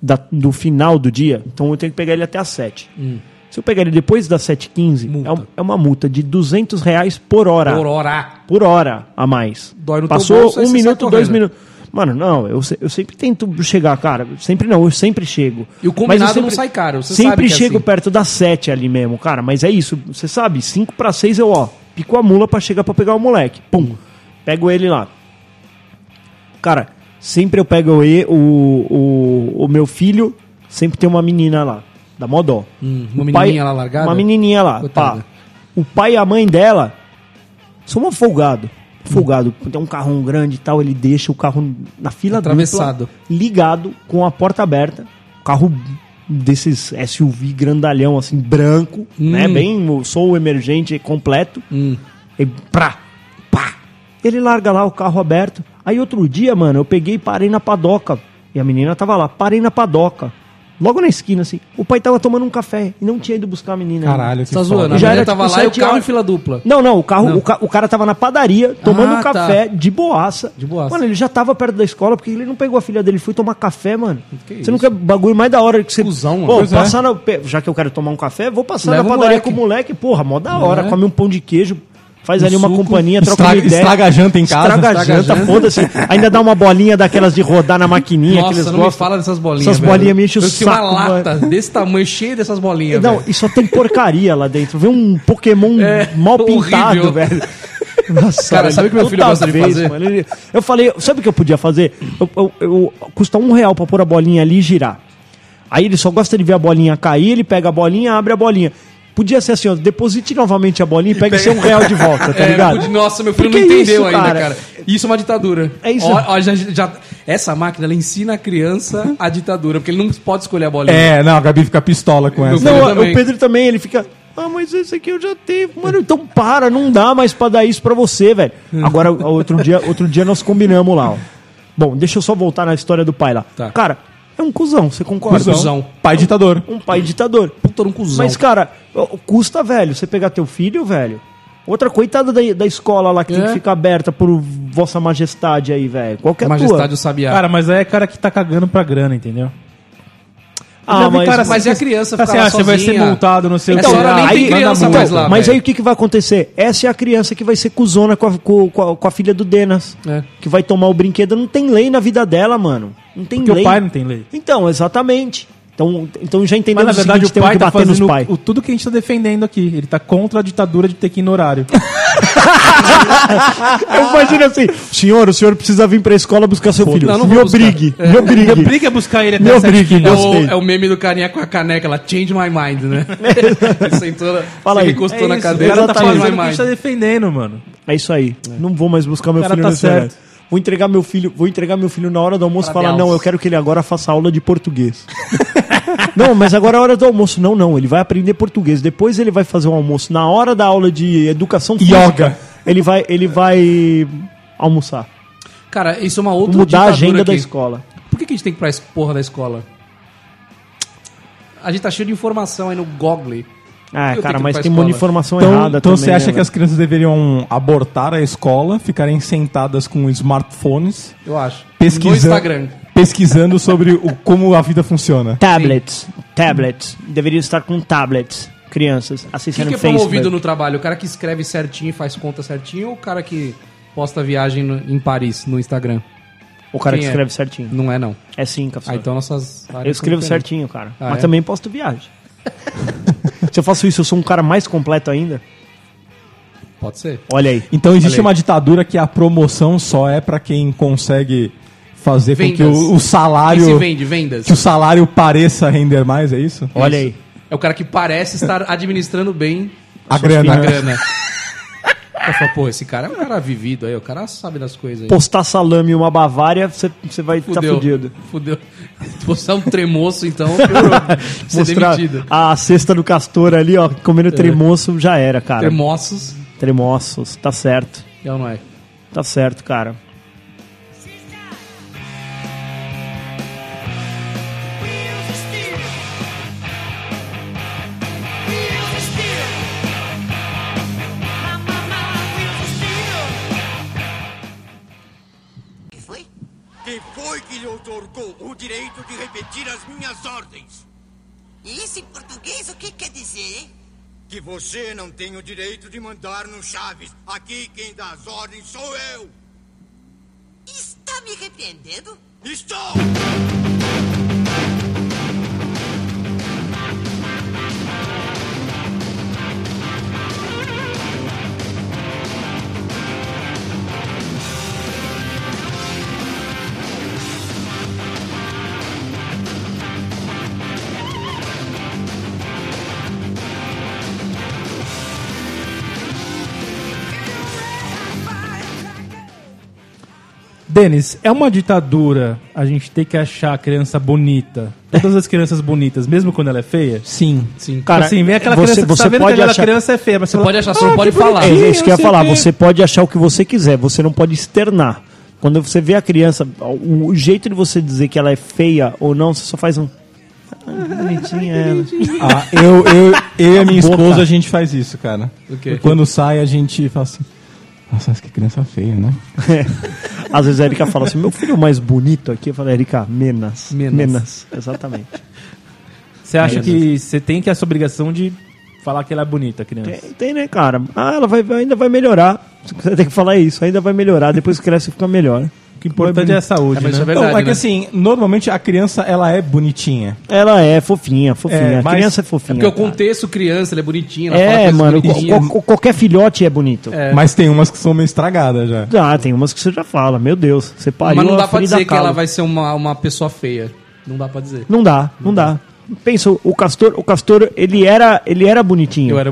C: da- do final do dia, então eu tenho que pegar ele até às 7.
D: Hum.
C: Se eu pegar ele depois das 7h15, é, um- é uma multa de 200 reais por hora.
D: Por hora.
C: Tá. por hora a mais.
D: Dói no teu
C: Passou
D: bolso, aí
C: um
D: você sai
C: minuto, dois
D: correndo.
C: minutos. Mano, não, eu, se- eu sempre tento chegar, cara. Sempre não, eu sempre chego. Mas
D: E o
C: eu
D: combinado não sai caro, você
C: sempre
D: sabe que é
C: chego
D: assim.
C: perto das sete ali mesmo, cara. Mas é isso, você sabe, cinco pra seis eu, ó, pico a mula pra chegar pra pegar o moleque. Pum. Pego ele lá. Cara, sempre eu pego o, e- o, o, o meu filho, sempre tem uma menina lá. Dá mó dó.
D: Hum, uma
C: O
D: menininha lá largada?
C: Uma menininha lá.
D: Coitada.
C: pá. O pai e a mãe dela são um folgado. Folgado. Tem um carrão grande e tal, ele deixa o carro na fila
D: Atravessado.
C: dupla, ligado, com a porta aberta. Carro desses SUV grandalhão, assim, branco, né? Bem, o sou emergente completo. E pra, pá. Ele larga lá o carro aberto. Aí outro dia, mano, eu peguei e parei na padoca. E a menina tava lá, parei na padoca. Logo na esquina, assim. O pai tava tomando um café e não tinha ido buscar a menina.
A: Caralho,
D: Você tá zoando.
C: E
D: A
C: já
D: mulher
C: era,
D: tava
C: tipo,
D: lá e o
C: sete
D: carro
C: horas.
D: em fila dupla.
C: Não, não, o carro,
D: Não.
C: O, ca- o cara tava na padaria, tomando
D: Ah, tá.
C: café de boaça.
D: De boaça.
C: Mano, ele já tava perto da escola, porque ele não pegou a filha dele, foi tomar café, mano.
D: Que é
C: você não quer bagulho mais da hora que você.
D: Cusão, mano.
C: Pô,
D: Pois é.
C: passar na- pe- Já que eu quero tomar um café, vou passar
D: Leva
C: na
D: o
C: padaria
D: moleque.
C: com o moleque, porra, mó da hora.
D: É.
C: Come um pão de queijo, faz
D: Um
C: ali uma
D: suco.
C: companhia, troca
A: Estraga-
C: uma ideia.
A: estraga a janta em casa.
C: Estraga a
D: Estraga a
C: janta,
D: janta.
C: foda-se. Ainda dá uma bolinha daquelas de rodar na maquininha. que
D: Nossa,
C: eles
D: não me
C: gostam.
D: fala dessas bolinhas.
C: Essas
D: velho.
C: bolinhas me enchem o
D: Eu tenho
C: saco,
D: uma lata
C: mano.
D: desse tamanho cheia dessas bolinhas.
C: Não,
D: velho.
C: e só tem porcaria lá dentro. Vê um Pokémon
D: É,
C: mal pintado,
D: horrível.
C: velho. Nossa,
D: Cara, sabe o que meu filho
C: toda
D: gosta de
C: vez,
D: fazer?
C: mano, ele- eu falei, sabe o que eu podia fazer? Eu, eu- eu- custa um real pra pôr a bolinha ali e girar. Aí ele só gosta de ver a bolinha cair, ele pega a bolinha, abre a bolinha. Podia ser assim, ó, deposite novamente a bolinha e pega seu um real de volta, tá
D: É,
C: ligado?
D: pude- nossa, meu filho
C: Porque
D: não
C: é isso,
D: entendeu ainda,
C: cara.
D: cara. Isso é uma ditadura.
C: É isso.
D: Ó, ó, já- já- essa máquina, ela ensina a criança a ditadura, porque ele não pode escolher a bolinha.
A: É, não, a Gabi fica pistola com essa.
D: Não,
C: Não,
D: Pedro também.
C: o Pedro também, ele fica. Ah, mas esse aqui eu já tenho. Mano, então para, não dá mais pra dar isso pra você, velho. Agora, outro dia, outro dia nós combinamos lá, ó. Bom, deixa eu só voltar na história do pai lá.
D: Tá.
C: Cara, é um cuzão, você concorda?
D: Cuzão.
A: Pai ditador.
C: Um pai ditador.
D: Puta, um cuzão.
C: Mas, cara, ó, custa, velho, você pegar teu filho, velho. Outra coitada da, da escola lá que tem
D: É.
C: que ficar aberta por Vossa Majestade aí, velho. Qual que é a
D: Majestade, o
C: tua?
D: sabiá.
B: Cara, mas aí é cara que tá cagando pra grana, entendeu?
C: Ah, mas,
D: mas e a criança
B: tá assim,
D: ficar lá
B: ah, você vai ser
D: sozinha?
B: multado, não sei
D: Essa
B: o que.
D: hora nem
B: ah,
D: tem
B: aí-
D: criança
B: manda
D: mais
B: multa.
D: lá,
C: Mas
D: velho.
C: aí o que, que vai acontecer? Essa é a criança que vai ser cuzona com a, com, com a, com a filha do Denas.
D: É.
C: Que vai tomar o brinquedo. Não tem lei na vida dela, mano. Não tem
B: Porque o
C: lei.
B: pai não tem lei.
C: Então, exatamente. Então, então já
B: Mas
C: entendemos
B: na verdade
C: o seguinte,
B: o pai
C: temos
B: tá
C: que bater nos
B: fazendo
C: pais.
B: o, tudo que a gente tá defendendo aqui. Ele tá contra a ditadura de ter que ir no horário.
C: Eu imagino assim, senhor, o senhor precisa vir pra escola buscar seu filho.
D: não, não
C: me
D: vou buscar.
C: obrigue,
B: É.
C: me obrigue.
B: Briga buscar ele
C: Me
B: até essa
C: obrigue,
D: É
B: esquina.
C: Deus.
D: o,
C: Gostei.
D: é o meme do carinha com a caneca, ela change my mind, né? Ele sentou, na-
C: Fala
D: se
C: aí.
D: encostou
B: É
D: na
B: isso,
D: cadeira,
B: o cara tá
D: change
B: fazendo o que
D: my
B: a gente tá
D: mind.
B: defendendo, mano.
C: É isso aí. Não vou mais buscar meu
B: Cara,
C: filho
B: tá
C: nesse
B: certo.
C: horário. Vou entregar meu filho, vou entregar meu filho na hora do almoço e falar:
D: Parabéns.
C: "Não, eu quero que ele agora faça aula de português". não, mas agora é a hora do almoço. Não, não, ele vai aprender português. Depois ele vai fazer um almoço na hora da aula de educação física.
A: Yoga.
C: Ele vai, ele vai almoçar.
D: Cara, isso é uma outra
C: mudar a
D: ditadura
C: agenda da
D: aqui.
C: escola.
D: Por que, que a gente tem que ir pra es- porra da escola? A gente tá cheio de informação aí no Google.
C: Ah,
D: Eu tenho
C: cara,
D: que ir
C: mas
D: pra
C: tem uma
D: escola.
C: informação
A: Então,
C: errada
A: então
C: também,
A: você acha
C: né,
A: que as crianças deveriam abortar a escola, ficarem sentadas com smartphones,
D: Eu acho. No Instagram.
A: pesquisando,
C: Tá
A: pesquisando sobre o, como a vida funciona?
C: Tablets. Tablets. Deveriam estar com tablets. Crianças
D: Quem
C: assistindo
D: que é
C: Facebook.
D: promovido no trabalho? O cara que escreve certinho e faz conta certinho ou o cara que posta viagem no- em Paris no Instagram?
C: O cara
D: Quem
C: que
D: é?
C: escreve certinho.
D: Não é, não.
C: É sim, Capsule.
D: Ah, então nossas áreas
C: Eu escrevo
D: são diferentes.
C: certinho, cara.
D: Ah,
C: mas
D: é?
C: também posto viagem. Se eu faço isso, eu sou um cara mais completo ainda.
D: Pode ser.
C: Olha aí.
A: Então existe
D: Olha aí.
A: uma ditadura que a promoção só é pra quem consegue fazer com que
D: Vendas.
A: o, o
D: Quem se
A: salário
D: vende? Vendas.
A: que o salário pareça render mais, é isso?
C: Olha aí.
D: É o cara que parece estar administrando bem
A: A
C: É
A: grana.
D: a grana. Eu falo, pô, esse cara é um cara vivido aí, o cara sabe das coisas aí.
C: Postar salame e uma bavária, você você vai estar tá fudido.
D: Fudeu. Se você é um tremoço, então, piorou. Você é
C: Mostrar
D: demitido. É.
C: a cesta do castor ali, ó, comendo tremoço, já era, cara.
D: Tremoços,
C: Tremoços, tá certo.
D: eu não é.
C: Tá certo, cara.
F: Que foi?
E: Quem foi que lhe otorgou o direito de repetir as minhas ordens?
F: E isso em português o que quer dizer?
E: Que você não tem o direito de mandar no Chaves. Aqui quem dá as ordens sou eu.
F: Está me me repreendendo?
E: Estou!
B: Denis, é uma ditadura a gente ter que achar a criança bonita. Todas as crianças bonitas, mesmo quando ela é feia?
D: Sim, sim.
C: Cara,
B: assim, vem aquela
C: você-
B: criança que
C: você
B: tá vendo
C: pode
B: que aquela
C: achar-
B: criança é feia, mas você,
D: pode achar, você não pode falar.
C: É
D: Sim,
C: isso que eu ia
B: sei
C: falar.
B: o quê.
C: Você pode achar o que você quiser, você não pode externar. Quando você vê a criança, o o jeito de você dizer que ela é feia ou não, você só faz um. "Ah, Bonitinha ela.
A: Ah, eu, eu, eu e a minha
C: Boca.
A: esposa, a gente faz isso, cara.
D: O quê?
A: Quando sai, a gente fala assim. Nossa, mas que criança feia, né?
C: Às vezes a Erika fala assim: meu filho é o mais bonito aqui. Eu falo, Erika, menos.
D: Menos.
C: Menos. Exatamente.
B: Você acha que você tem que essa obrigação de falar que ela é bonita, a criança?
C: Tem, tem, né, cara? Ah, ela vai, ainda vai melhorar. Você tem que falar isso, ainda vai melhorar. Depois que cresce fica melhor.
B: O que é importante é a saúde,
D: É, mas isso é
B: né?
D: verdade,
A: não, é que
D: né?
A: assim, normalmente a criança, ela é bonitinha.
C: Ela é fofinha, fofinha.
A: É,
C: a
A: mas-
C: criança é fofinha.
D: Porque o
C: cara.
D: contexto criança, ela é bonitinha, ela
C: É,
D: fala
C: mano,
D: coisas
C: co-
D: bonitinhas.
C: co- qualquer filhote é bonito.
A: Mas tem umas que são meio estragadas já.
C: Ah, tem umas que você já fala, meu Deus, você pariu
D: Mas não
C: a
D: dá pra
C: Frida
D: dizer que
C: Kahlo.
D: ela vai ser uma, uma pessoa feia. Não dá pra dizer.
C: Não dá, não dá. Pensa, o Castor, o Castor, ele era, ele era bonitinho.
D: Eu, era,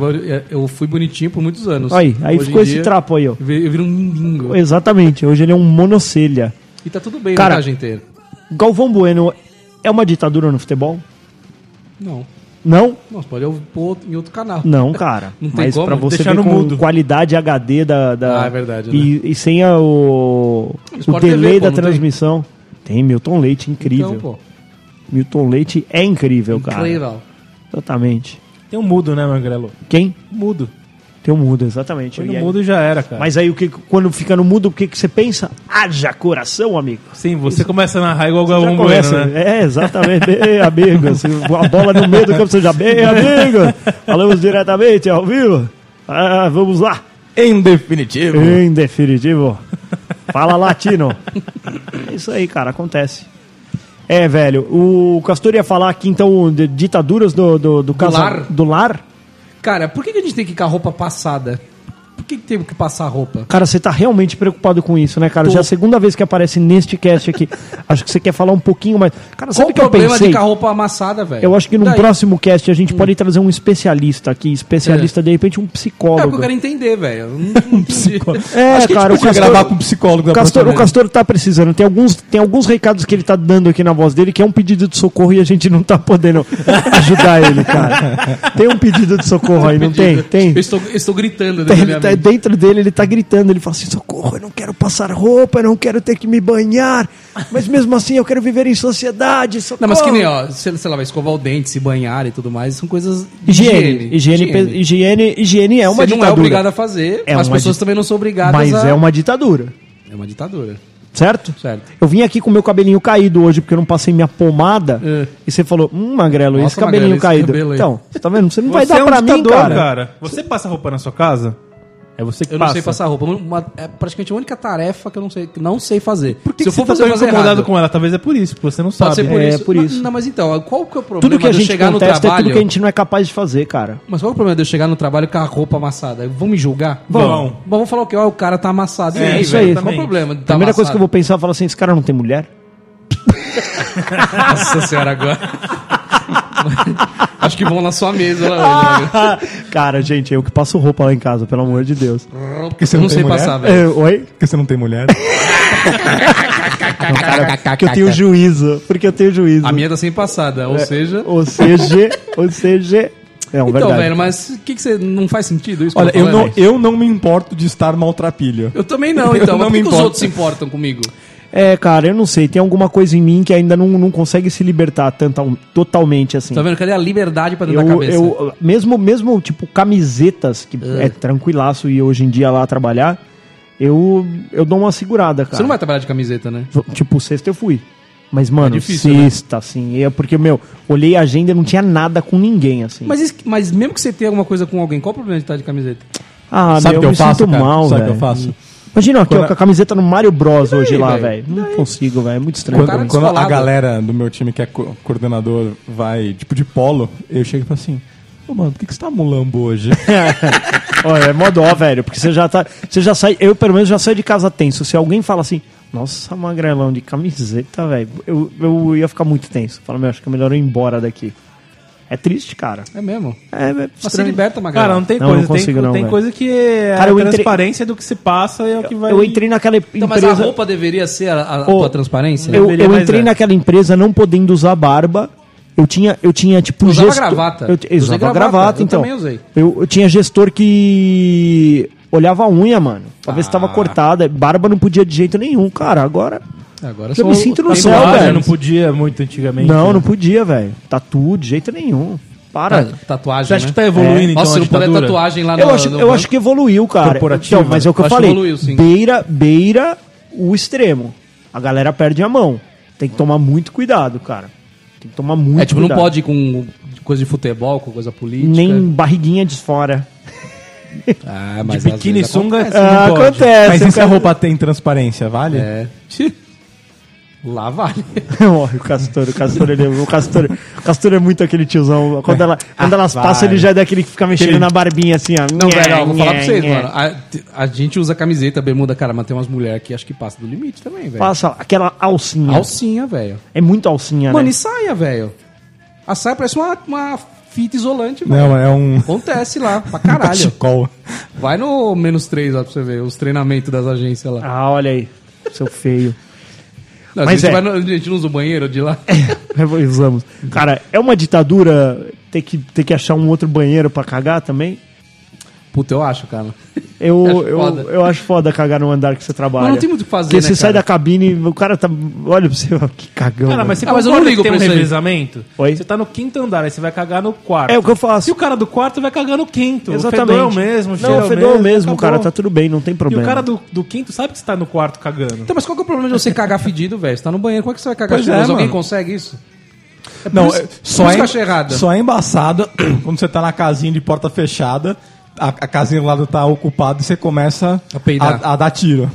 D: eu fui bonitinho por muitos anos.
C: Aí, aí
D: Hoje em
C: ficou esse
D: dia,
C: trapo aí, ó.
D: Eu vi- eu viro um mindingo.
C: Exatamente, hoje ele é um monocelha.
D: E tá tudo bem,
C: Cara-
D: né, gente?
C: Galvão Bueno é uma ditadura no futebol?
D: Não.
C: Não?
D: Não, você pode pôr em outro canal.
C: Não, é cara.
D: Não tem
C: Mas
D: como
C: pra você
B: deixar
C: ver
B: no
C: com
B: mudo.
C: qualidade HD da... da-
D: Ah, é verdade,
C: E, e sem a- o, o
D: Sport TV,
C: delay
D: pô,
C: da
D: não tem?
C: transmissão. Tem? Milton Leite, incrível.
D: Então, pô.
C: Milton Leite é incrível, cara.
D: Incrível.
C: Exatamente.
B: Tem um mudo, né, Mangrelo?
C: Quem?
B: Mudo.
C: Tem o mudo, exatamente.
B: Foi
A: Um
C: E
B: no
C: aí-
B: mudo e já era, cara.
C: Mas aí o que quando fica no mudo, o que, que você pensa? Haja coração, amigo.
B: Sim, você começa a narrar igual o
C: Já
B: Galvão
C: começa,
B: Bueno, né?
C: Tá É, exatamente. Ei, amigo. Se a bola no meio do campo seja bem, amigo. Falamos diretamente ao vivo. Ah, vamos lá.
A: Em definitivo.
B: É.
C: Em definitivo. Fala latino. É isso aí, cara. Acontece. É, velho. O Castor ia falar aqui, então, de ditaduras do, do, do, casa-
D: lar.
C: Do lar.
D: Cara, por que que a gente tem que ir com a roupa passada? Por que, que tem que passar a roupa?
C: Cara, você tá realmente preocupado com isso, né, cara?
D: Tô.
C: Já é a segunda vez que aparece neste cast aqui. acho que você quer falar um pouquinho mais. Cara,
D: Qual
C: sabe
D: o
C: o que eu
D: problema de
C: pensei?
D: ir com a roupa amassada, velho?
C: Eu acho que num
D: É. Daí- Hum.
C: próximo cast a gente pode trazer um especialista aqui, especialista, de repente um
D: É o que
C: psicólogo.
D: eu quero entender, velho. Eu não- não entendi.
C: um É,
A: Acho que a gente podia gravar com um psicólogo da
C: o Castor,
A: próxima
C: o
A: vez.
C: Castor tá precisando. Tem alguns, tem alguns recados que ele tá dando aqui na voz dele que é um pedido de socorro e a gente não tá podendo ajudar ele, cara. Tem um pedido de socorro aí, não tem? Tem.
D: Eu estou, eu estou gritando
C: Tá,
D: dentro da
C: ele
D: minha
C: tá-
D: mente.
C: dentro dele, ele tá gritando, ele fala assim, socorro, eu não quero passar roupa, eu não quero ter que me banhar, mas mesmo assim eu quero viver em sociedade, socorro.
D: Não, mas que nem, ó, sei, sei lá, vai escovar o dente, se banhar e tudo mais, são coisas de
C: Higiene, higiene, pe- higiene, higiene, é uma
D: Você
C: ditadura.
D: não é obrigado a fazer,
C: É
D: as
C: uma
D: pessoas
C: di-
D: também não são obrigadas
C: Mas
D: a...
C: é uma ditadura,
D: É uma ditadura,
C: certo?
D: certo?
C: Eu vim aqui com meu cabelinho caído hoje, porque eu não passei minha pomada,
D: É.
C: e você falou, hum, Magrelo,
D: Nossa,
C: esse cabelinho
D: Magrelo, esse
C: caído.
D: cabelo aí.
C: então, você tá vendo? Você não vai
B: Você
C: dar
B: é um
C: pra mim,
B: ditador,
C: cara.
B: Você passa roupa na sua casa? É você que
D: Eu não
B: passa.
D: sei passar roupa, uma- é praticamente a única tarefa que eu não sei, que não sei fazer.
B: Por que, que você tá tão incomodado com ela? Talvez é por isso, porque você não
D: Pode
B: sabe.
D: ser por
C: É,
D: isso.
C: por
D: Mas-
C: isso.
D: não, mas então, qual que é o problema
C: Tudo que a
D: de eu
C: gente
D: chegar no
C: contesta é
D: trabalho?
C: tudo que a gente não é capaz de fazer, cara.
D: Mas qual é o problema de eu chegar no trabalho com a roupa amassada? Vão me julgar?
B: Vão.
D: Bom, vamos falar o quê? Ó, o cara tá amassado. E
B: É, isso
D: velho?
B: aí,
D: Qual o
B: exatamente.
D: problema de tá
C: A primeira coisa que eu vou pensar, eu falo assim, esse cara não tem mulher?
D: vou... Nossa senhora, agora... Acho que vão na sua mesa. lá, velho.
C: Cara, gente, eu que passo roupa lá em casa, pelo amor de Deus.
A: você
D: eu
A: não tem
D: não sei
A: mulher?
D: passar, velho.
C: É, oi?
A: Porque você não tem mulher.
C: Porque eu tenho juízo. Porque eu tenho juízo.
D: A minha tá sem passada, ou seja...
C: Ou seja, ou seja. É um
D: Então,
C: verdade.
D: velho, mas o que, que você... Não faz sentido isso? que
A: Olha,
D: tô
A: eu
D: falando?
B: é
A: não, eu não me importo de estar maltrapilho.
D: Eu também não,
A: eu
D: então.
A: não
D: mas por
A: me
D: que que os
A: importo.
D: outros se importam comigo?
C: É, cara, eu não sei. Tem alguma coisa em mim que ainda não, não consegue se libertar tanta, totalmente assim.
D: Tá vendo? Cadê a liberdade pra dentro da
C: Eu,
D: cabeça?
C: eu- mesmo, mesmo, tipo, camisetas, que é tranquilaço e hoje em dia lá trabalhar, eu, eu dou uma segurada, cara.
D: Você não vai trabalhar de camiseta, né?
C: Tipo, sexta eu fui.
A: É
C: Mas, mano,
D: difícil,
A: né?
C: sexta, assim. É porque, meu, olhei a agenda e não tinha nada com ninguém, assim.
D: Mas, isso- mas mesmo que você tenha alguma coisa com alguém, qual o problema de estar de camiseta?
C: Ah,
A: Sabe o
C: meu,
A: que eu
C: me
A: faço,
C: sinto
A: cara?
C: mal,
A: Sabe o
C: velho.
A: que eu faço?
C: Imagina aqui, ó,
A: Quando-
C: com a camiseta no Mario Bros hoje lá, velho.
D: velho?
C: Não consigo, velho. É muito estranho.
A: Quando,
D: cara
A: quando a
D: Tá descolado.
A: galera do meu time que é co- coordenador vai, tipo, de polo, eu chego e falo assim, ô mano, por que, que você tá mulambo hoje?
C: Olha, é mó dó, velho, porque você já tá. Você já sai. Eu, pelo menos, já saio de casa tenso. Se alguém fala assim, nossa, magrelão de camiseta, velho, eu, eu ia ficar muito tenso. Fala, meu, acho que é melhor eu ir embora daqui. É triste, cara.
D: É mesmo.
C: É, é
D: Mas se
C: estranho.
D: liberta, Magalhães.
B: Cara, não tem
C: Não,
B: coisa.
C: não consigo
B: tem
C: não,
B: tem
C: velho.
B: coisa que é
C: Cara,
B: a
C: eu entrei-
B: transparência do que se passa é o que vai...
C: Eu entrei naquela empresa.
D: Então, mas a roupa deveria ser a, a
C: Ô,
D: tua transparência?
C: Eu,
B: Ele é
C: eu
B: mais
C: entrei
B: velho.
C: naquela empresa não podendo usar barba. Eu tinha, eu tinha tipo
D: Usava
C: gesto-
D: gravata.
C: Eu, t-
D: Usei
C: usava
D: gravata,
C: gravata,
D: eu
C: então.
D: também usei.
C: Eu, eu tinha gestor que olhava a unha, mano. Pra ver se
D: Ah.
C: tava cortada. Barba não podia de jeito nenhum, cara. Agora.
D: Agora tá
C: eu
D: só
C: me
D: o-
C: sinto no
D: tatuagem né?
C: céu,
B: Tatuagem
C: velho.
B: não
C: é
B: podia muito antigamente.
C: Não,
B: né?
C: não podia, velho. Tatu de jeito nenhum. Para.
D: Tá- Tatuagem,
B: Você acha
D: né?
B: que tá evoluindo, então,
D: Nossa, se
B: a
D: não puder
B: ditadura?
D: tatuagem lá no...
C: eu acho,
D: no
C: eu
D: banco-
C: acho que é evoluiu, cara.
B: Corporativa.
C: Então, mas é o que eu,
D: Eu acho que
C: falei.
D: evoluiu, sim.
C: Beira, beira o extremo. A galera perde a mão. Tem que tomar muito cuidado, cara. Tem que tomar muito
D: É tipo, não
C: cuidado.
D: pode ir com coisa de futebol, com coisa política.
C: Nem barriguinha de fora.
D: Ah, mas
B: De
D: às
B: biquíni e
D: vezes
B: sunga
D: acontece. né?
B: não
C: Ah,
B: pode.
C: acontece.
A: Mas
C: o
A: e se a
C: cara-
A: roupa tem transparência, vale?
D: É. Lá vale.
C: Ó, o Castor, o Castor, ele, é o Castor, o Castor é muito aquele tiozão. Quando, ela, quando elas passam, ele já é daquele que fica mexendo na barbinha assim, ó.
D: Ah, Não, velho, ó, vou falar pra vocês, mano. A, a gente usa camiseta, bermuda, cara, mas tem umas mulheres que acho que passa do limite também, velho.
C: Passa aquela alcinha.
D: Alcinha, velho.
C: É muito alcinha,
D: Mano,
C: né?
D: e saia, velho. A saia parece uma, uma fita isolante, velho.
A: Não, é um...
D: Acontece lá, pra caralho.
A: cachecol.
D: Vai no menos 3 lá pra você ver os treinamentos das agências lá.
C: Ah, olha aí. Seu feio.
D: Não,
C: mas
D: a, gente
C: é.
D: vai no- a gente não usa o banheiro de lá.
C: Usamos. Cara, é uma ditadura ter que, ter que achar um outro banheiro pra cagar também?
D: Puta, eu acho, cara.
C: Eu
D: Acho
C: acho,
D: foda.
C: eu, eu acho foda cagar no andar que você trabalha.
D: Mas não tem muito o que fazer,
C: Porque
D: né,
C: você sai
D: cara?
C: da cabine e o cara tá. Olha pra você, ó, que cagão.
B: Cara,
C: mano.
B: mas você
D: Ah, mas eu
B: concorda
D: não ligo
B: que tem um
D: pra isso aí.
B: revezamento?
C: Oi?
B: Você tá no quinto andar, aí você vai cagar no quarto.
C: É o que eu faço.
B: E o cara do quarto vai cagar no quinto.
C: Exatamente.
B: O fedor é o mesmo, o cheiro
C: Não, o fedor é o mesmo,
B: acabou.
C: cara. Tá tudo bem, não tem
B: E
C: problema.
B: o cara do, do quinto sabe que você tá no quarto cagando.
D: Então, mas qual que é o problema de você cagar fedido, velho? Você tá no banheiro, como é que você vai cagar
A: Pois é,
D: cheiroso? Alguém
A: mano.
D: consegue isso?
A: Não,
D: isso-
A: é-
D: por
A: só,
D: isso que eu
A: é,
D: achei errado.
A: só é embaçado quando você tá na casinha de porta fechada, a, a casinha do lado tá ocupada e você começa
D: A peidar.
A: a, a dar tiro.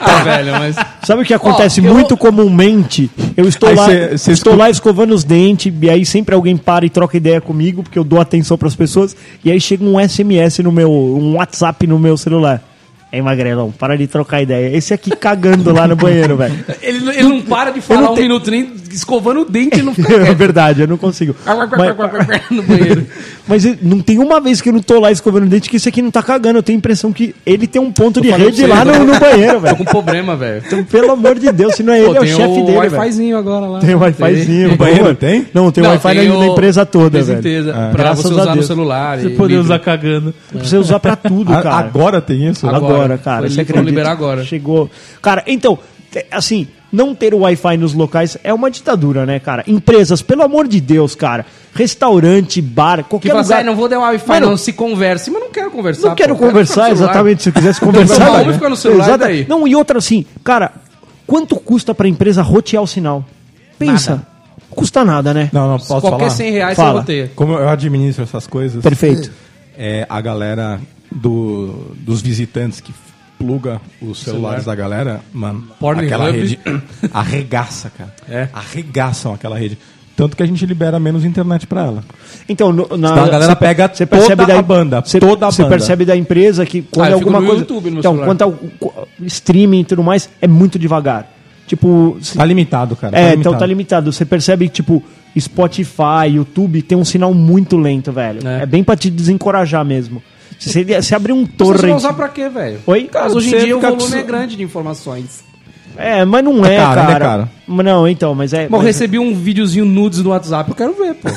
D: Ah, velho, mas...
C: Sabe o que acontece
D: Ó, eu
C: muito
D: vou-
C: comumente? Eu estou,
A: Aí
C: lá,
A: cê- cê
C: estou
A: escuta-
C: lá escovando os dentes, e aí sempre alguém para e troca ideia comigo, porque eu dou atenção pras pessoas, e aí chega um SMS no meu, um WhatsApp no meu celular. Ei, Magrelão, para de trocar ideia. Esse aqui cagando lá no banheiro, velho.
D: Ele, ele não para de falar um minuto nem escovando o dente e não fica
C: É
D: quieto.
C: verdade, eu não consigo. Mas-
D: no banheiro.
C: Mas eu- não tem uma vez que eu não tô lá escovando o dente que esse aqui não tá cagando. Eu tenho a impressão que ele tem um ponto de
D: falei
C: rede
D: pra
C: lá
D: você, né?
C: no,
D: eu tô-
C: no banheiro,
D: Tô
C: velho.
D: com problema, velho.
C: Então, pelo amor de Deus, se não é ele,
D: Pô,
C: é o
D: tem
C: chefe
D: o
C: dele, velho.
D: Wi-Fizinho agora lá.
C: Tem um Wi-Fizinho.
D: Tem.
C: boa.
A: banheiro tem?
C: Não, tem um
D: Não,
C: Wi-Fi
D: tem
C: na, na
D: o-
C: empresa toda,
D: empresa
C: velho.
D: inteira,
C: É.
D: Pra
C: Graças
D: você
C: a
D: usar no
C: Deus.
D: celular.
B: Você
D: e
B: poder
D: livro.
B: usar cagando.
C: Pra você usar pra tudo,
A: A-
C: Tá cara.
A: agora tem isso?
D: Agora.
C: Agora, cara.
D: Foi-
C: Você
D: foram
C: acredita?
D: liberar agora.
C: Chegou. Cara, então, te- assim, não ter o Wi-Fi nos locais é uma ditadura, né, cara? Empresas, pelo amor de Deus, cara. Restaurante, bar,
D: Que
C: qualquer
D: fala assim,
C: lugar.
D: "Ai, não vou dar Wi-Fi,
C: Mano,
D: não. Se converse. Mas não quero conversar.
C: Não quero
D: pô,
C: conversar,
D: ficar no celular.
C: exatamente. Se eu quisesse
D: Meu
C: conversar.
D: irmão,
C: velho.
D: fica no celular, tá
C: Exata-
D: e daí?
C: Não, e outra assim, cara, quanto custa pra empresa rotear o sinal? Pensa. Custa nada, né?
A: Não, não, posso
D: Qualquer
A: falar?
D: 100 reais
C: Fala.
D: você roteia.
A: Como eu administro essas coisas,
C: Perfeito.
A: é a galera do, dos visitantes que pluga os celulares da galera, mano,
D: Pornhub.
A: aquela rede arregaça, cara.
D: É.
A: Arregaçam aquela rede. Tanto que a gente libera menos internet pra ela.
C: Então, no- na,
A: Então a galera
C: você pe-
A: pega
C: você
A: toda
C: percebe da
A: a banda,
C: Você,
A: toda a
C: você
A: banda.
C: percebe da empresa que quando
D: Ah, eu fico
C: alguma
D: no
C: coisa.
D: YouTube no meu
C: então,
D: celular.
C: quanto ao co- streaming e tudo mais, é muito devagar. Tipo. se-
A: Tá limitado, cara.
C: é, então tá limitado. Você percebe que, tipo, Spotify, YouTube tem um sinal muito lento, velho.
D: É.
C: É, bem pra te desencorajar mesmo. Se você se abrir um
D: Mas Você vai
C: torrent.
D: usar pra quê, velho?
C: Oi?
D: Cara,
C: Cara,
D: hoje em
A: você
D: dia o
A: fica
D: volume
A: com-
D: é grande de informações.
C: É, mas não é,
A: É caro,
C: cara.
A: né, cara?
C: Mas Não, então, mas é.
D: Bom,
C: mas-
D: recebi um videozinho nudes no WhatsApp, eu quero ver, pô.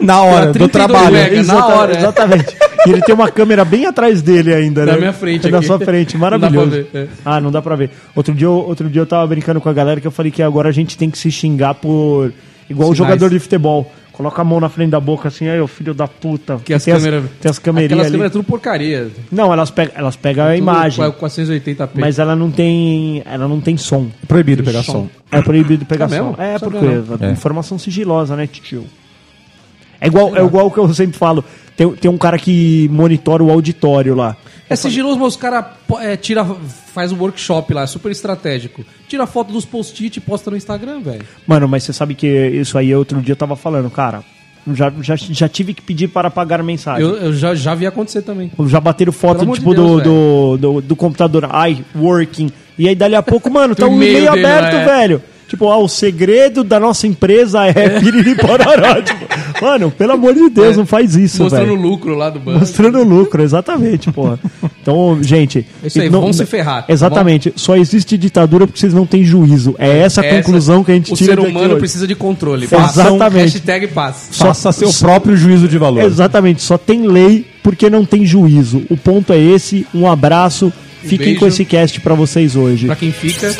A: Na
C: Tá
A: hora do
D: 32
A: trabalho.
C: né?
D: mega. na hora, é.
C: Exatamente. E ele tem uma câmera bem atrás dele ainda, né?
D: Na minha frente
C: Na
D: aqui.
C: sua frente,
D: Não dá pra
C: maravilhoso.
D: ver, é.
C: Ah, não dá pra ver. Outro dia, eu- outro dia eu tava brincando com a galera que eu falei que agora a gente tem que se xingar por. Igual o
D: Sinais.
C: jogador de futebol. Coloca a mão na frente da boca assim, aí, ô filho da puta.
D: Que as
C: tem,
D: câmeras.
C: as, tem as
D: Aquelas
C: câmerinhas ali.
D: câmeras tudo porcaria.
C: Não, elas, pe- elas pegam a imagem.
D: Com 480p.
C: Mas ela não tem. Ela não tem som.
A: Proibido pegar som.
C: É proibido pegar
D: É mesmo?
C: som. É,
D: Sabia
C: porque
D: não.
C: é informação sigilosa, né, tio? É igual, é igual que eu sempre falo. Tem, tem um cara que monitora o auditório lá.
D: É, se girou os caras é, tira, faz um workshop lá, super estratégico. Tira foto dos post-it e posta no Instagram, velho.
C: Mano, mas você sabe que isso aí outro dia eu tava falando, cara. Já, já, já tive que pedir para pagar mensagem.
D: Eu, eu já, já vi acontecer também.
C: Já bateram foto,
D: Pelo amor
C: tipo,
D: de Deus,
C: do, do, do, do computador. Ai, working. E aí, dali a pouco, mano, tá um
D: e-mail
C: e-mail
D: dele,
C: aberto,
D: é.
C: velho. Tipo, ah, o segredo da nossa empresa é piriripororó. tipo, mano, pelo amor de Deus, não faz isso,
D: É. Mostrando
C: velho.
D: o lucro lá do banco.
C: Mostrando lucro, exatamente, porra. Então, gente.
D: Isso aí,
C: não-
D: vão se ferrar, tá
C: exatamente. só existe ditadura porque vocês não têm juízo. É essa a
D: Essa-
C: conclusão que a gente
D: O
C: tira
D: ser
C: daqui
D: humano
C: hoje.
D: precisa de controle.
C: Exatamente.
D: Passa, Hashtag passa.
C: Só-
A: Faça seu próprio juízo de valor.
C: Exatamente, só tem lei porque não tem juízo. O ponto é esse. Um abraço. Fiquem
D: beijo.
C: com esse cast pra vocês hoje.
D: Pra quem fica...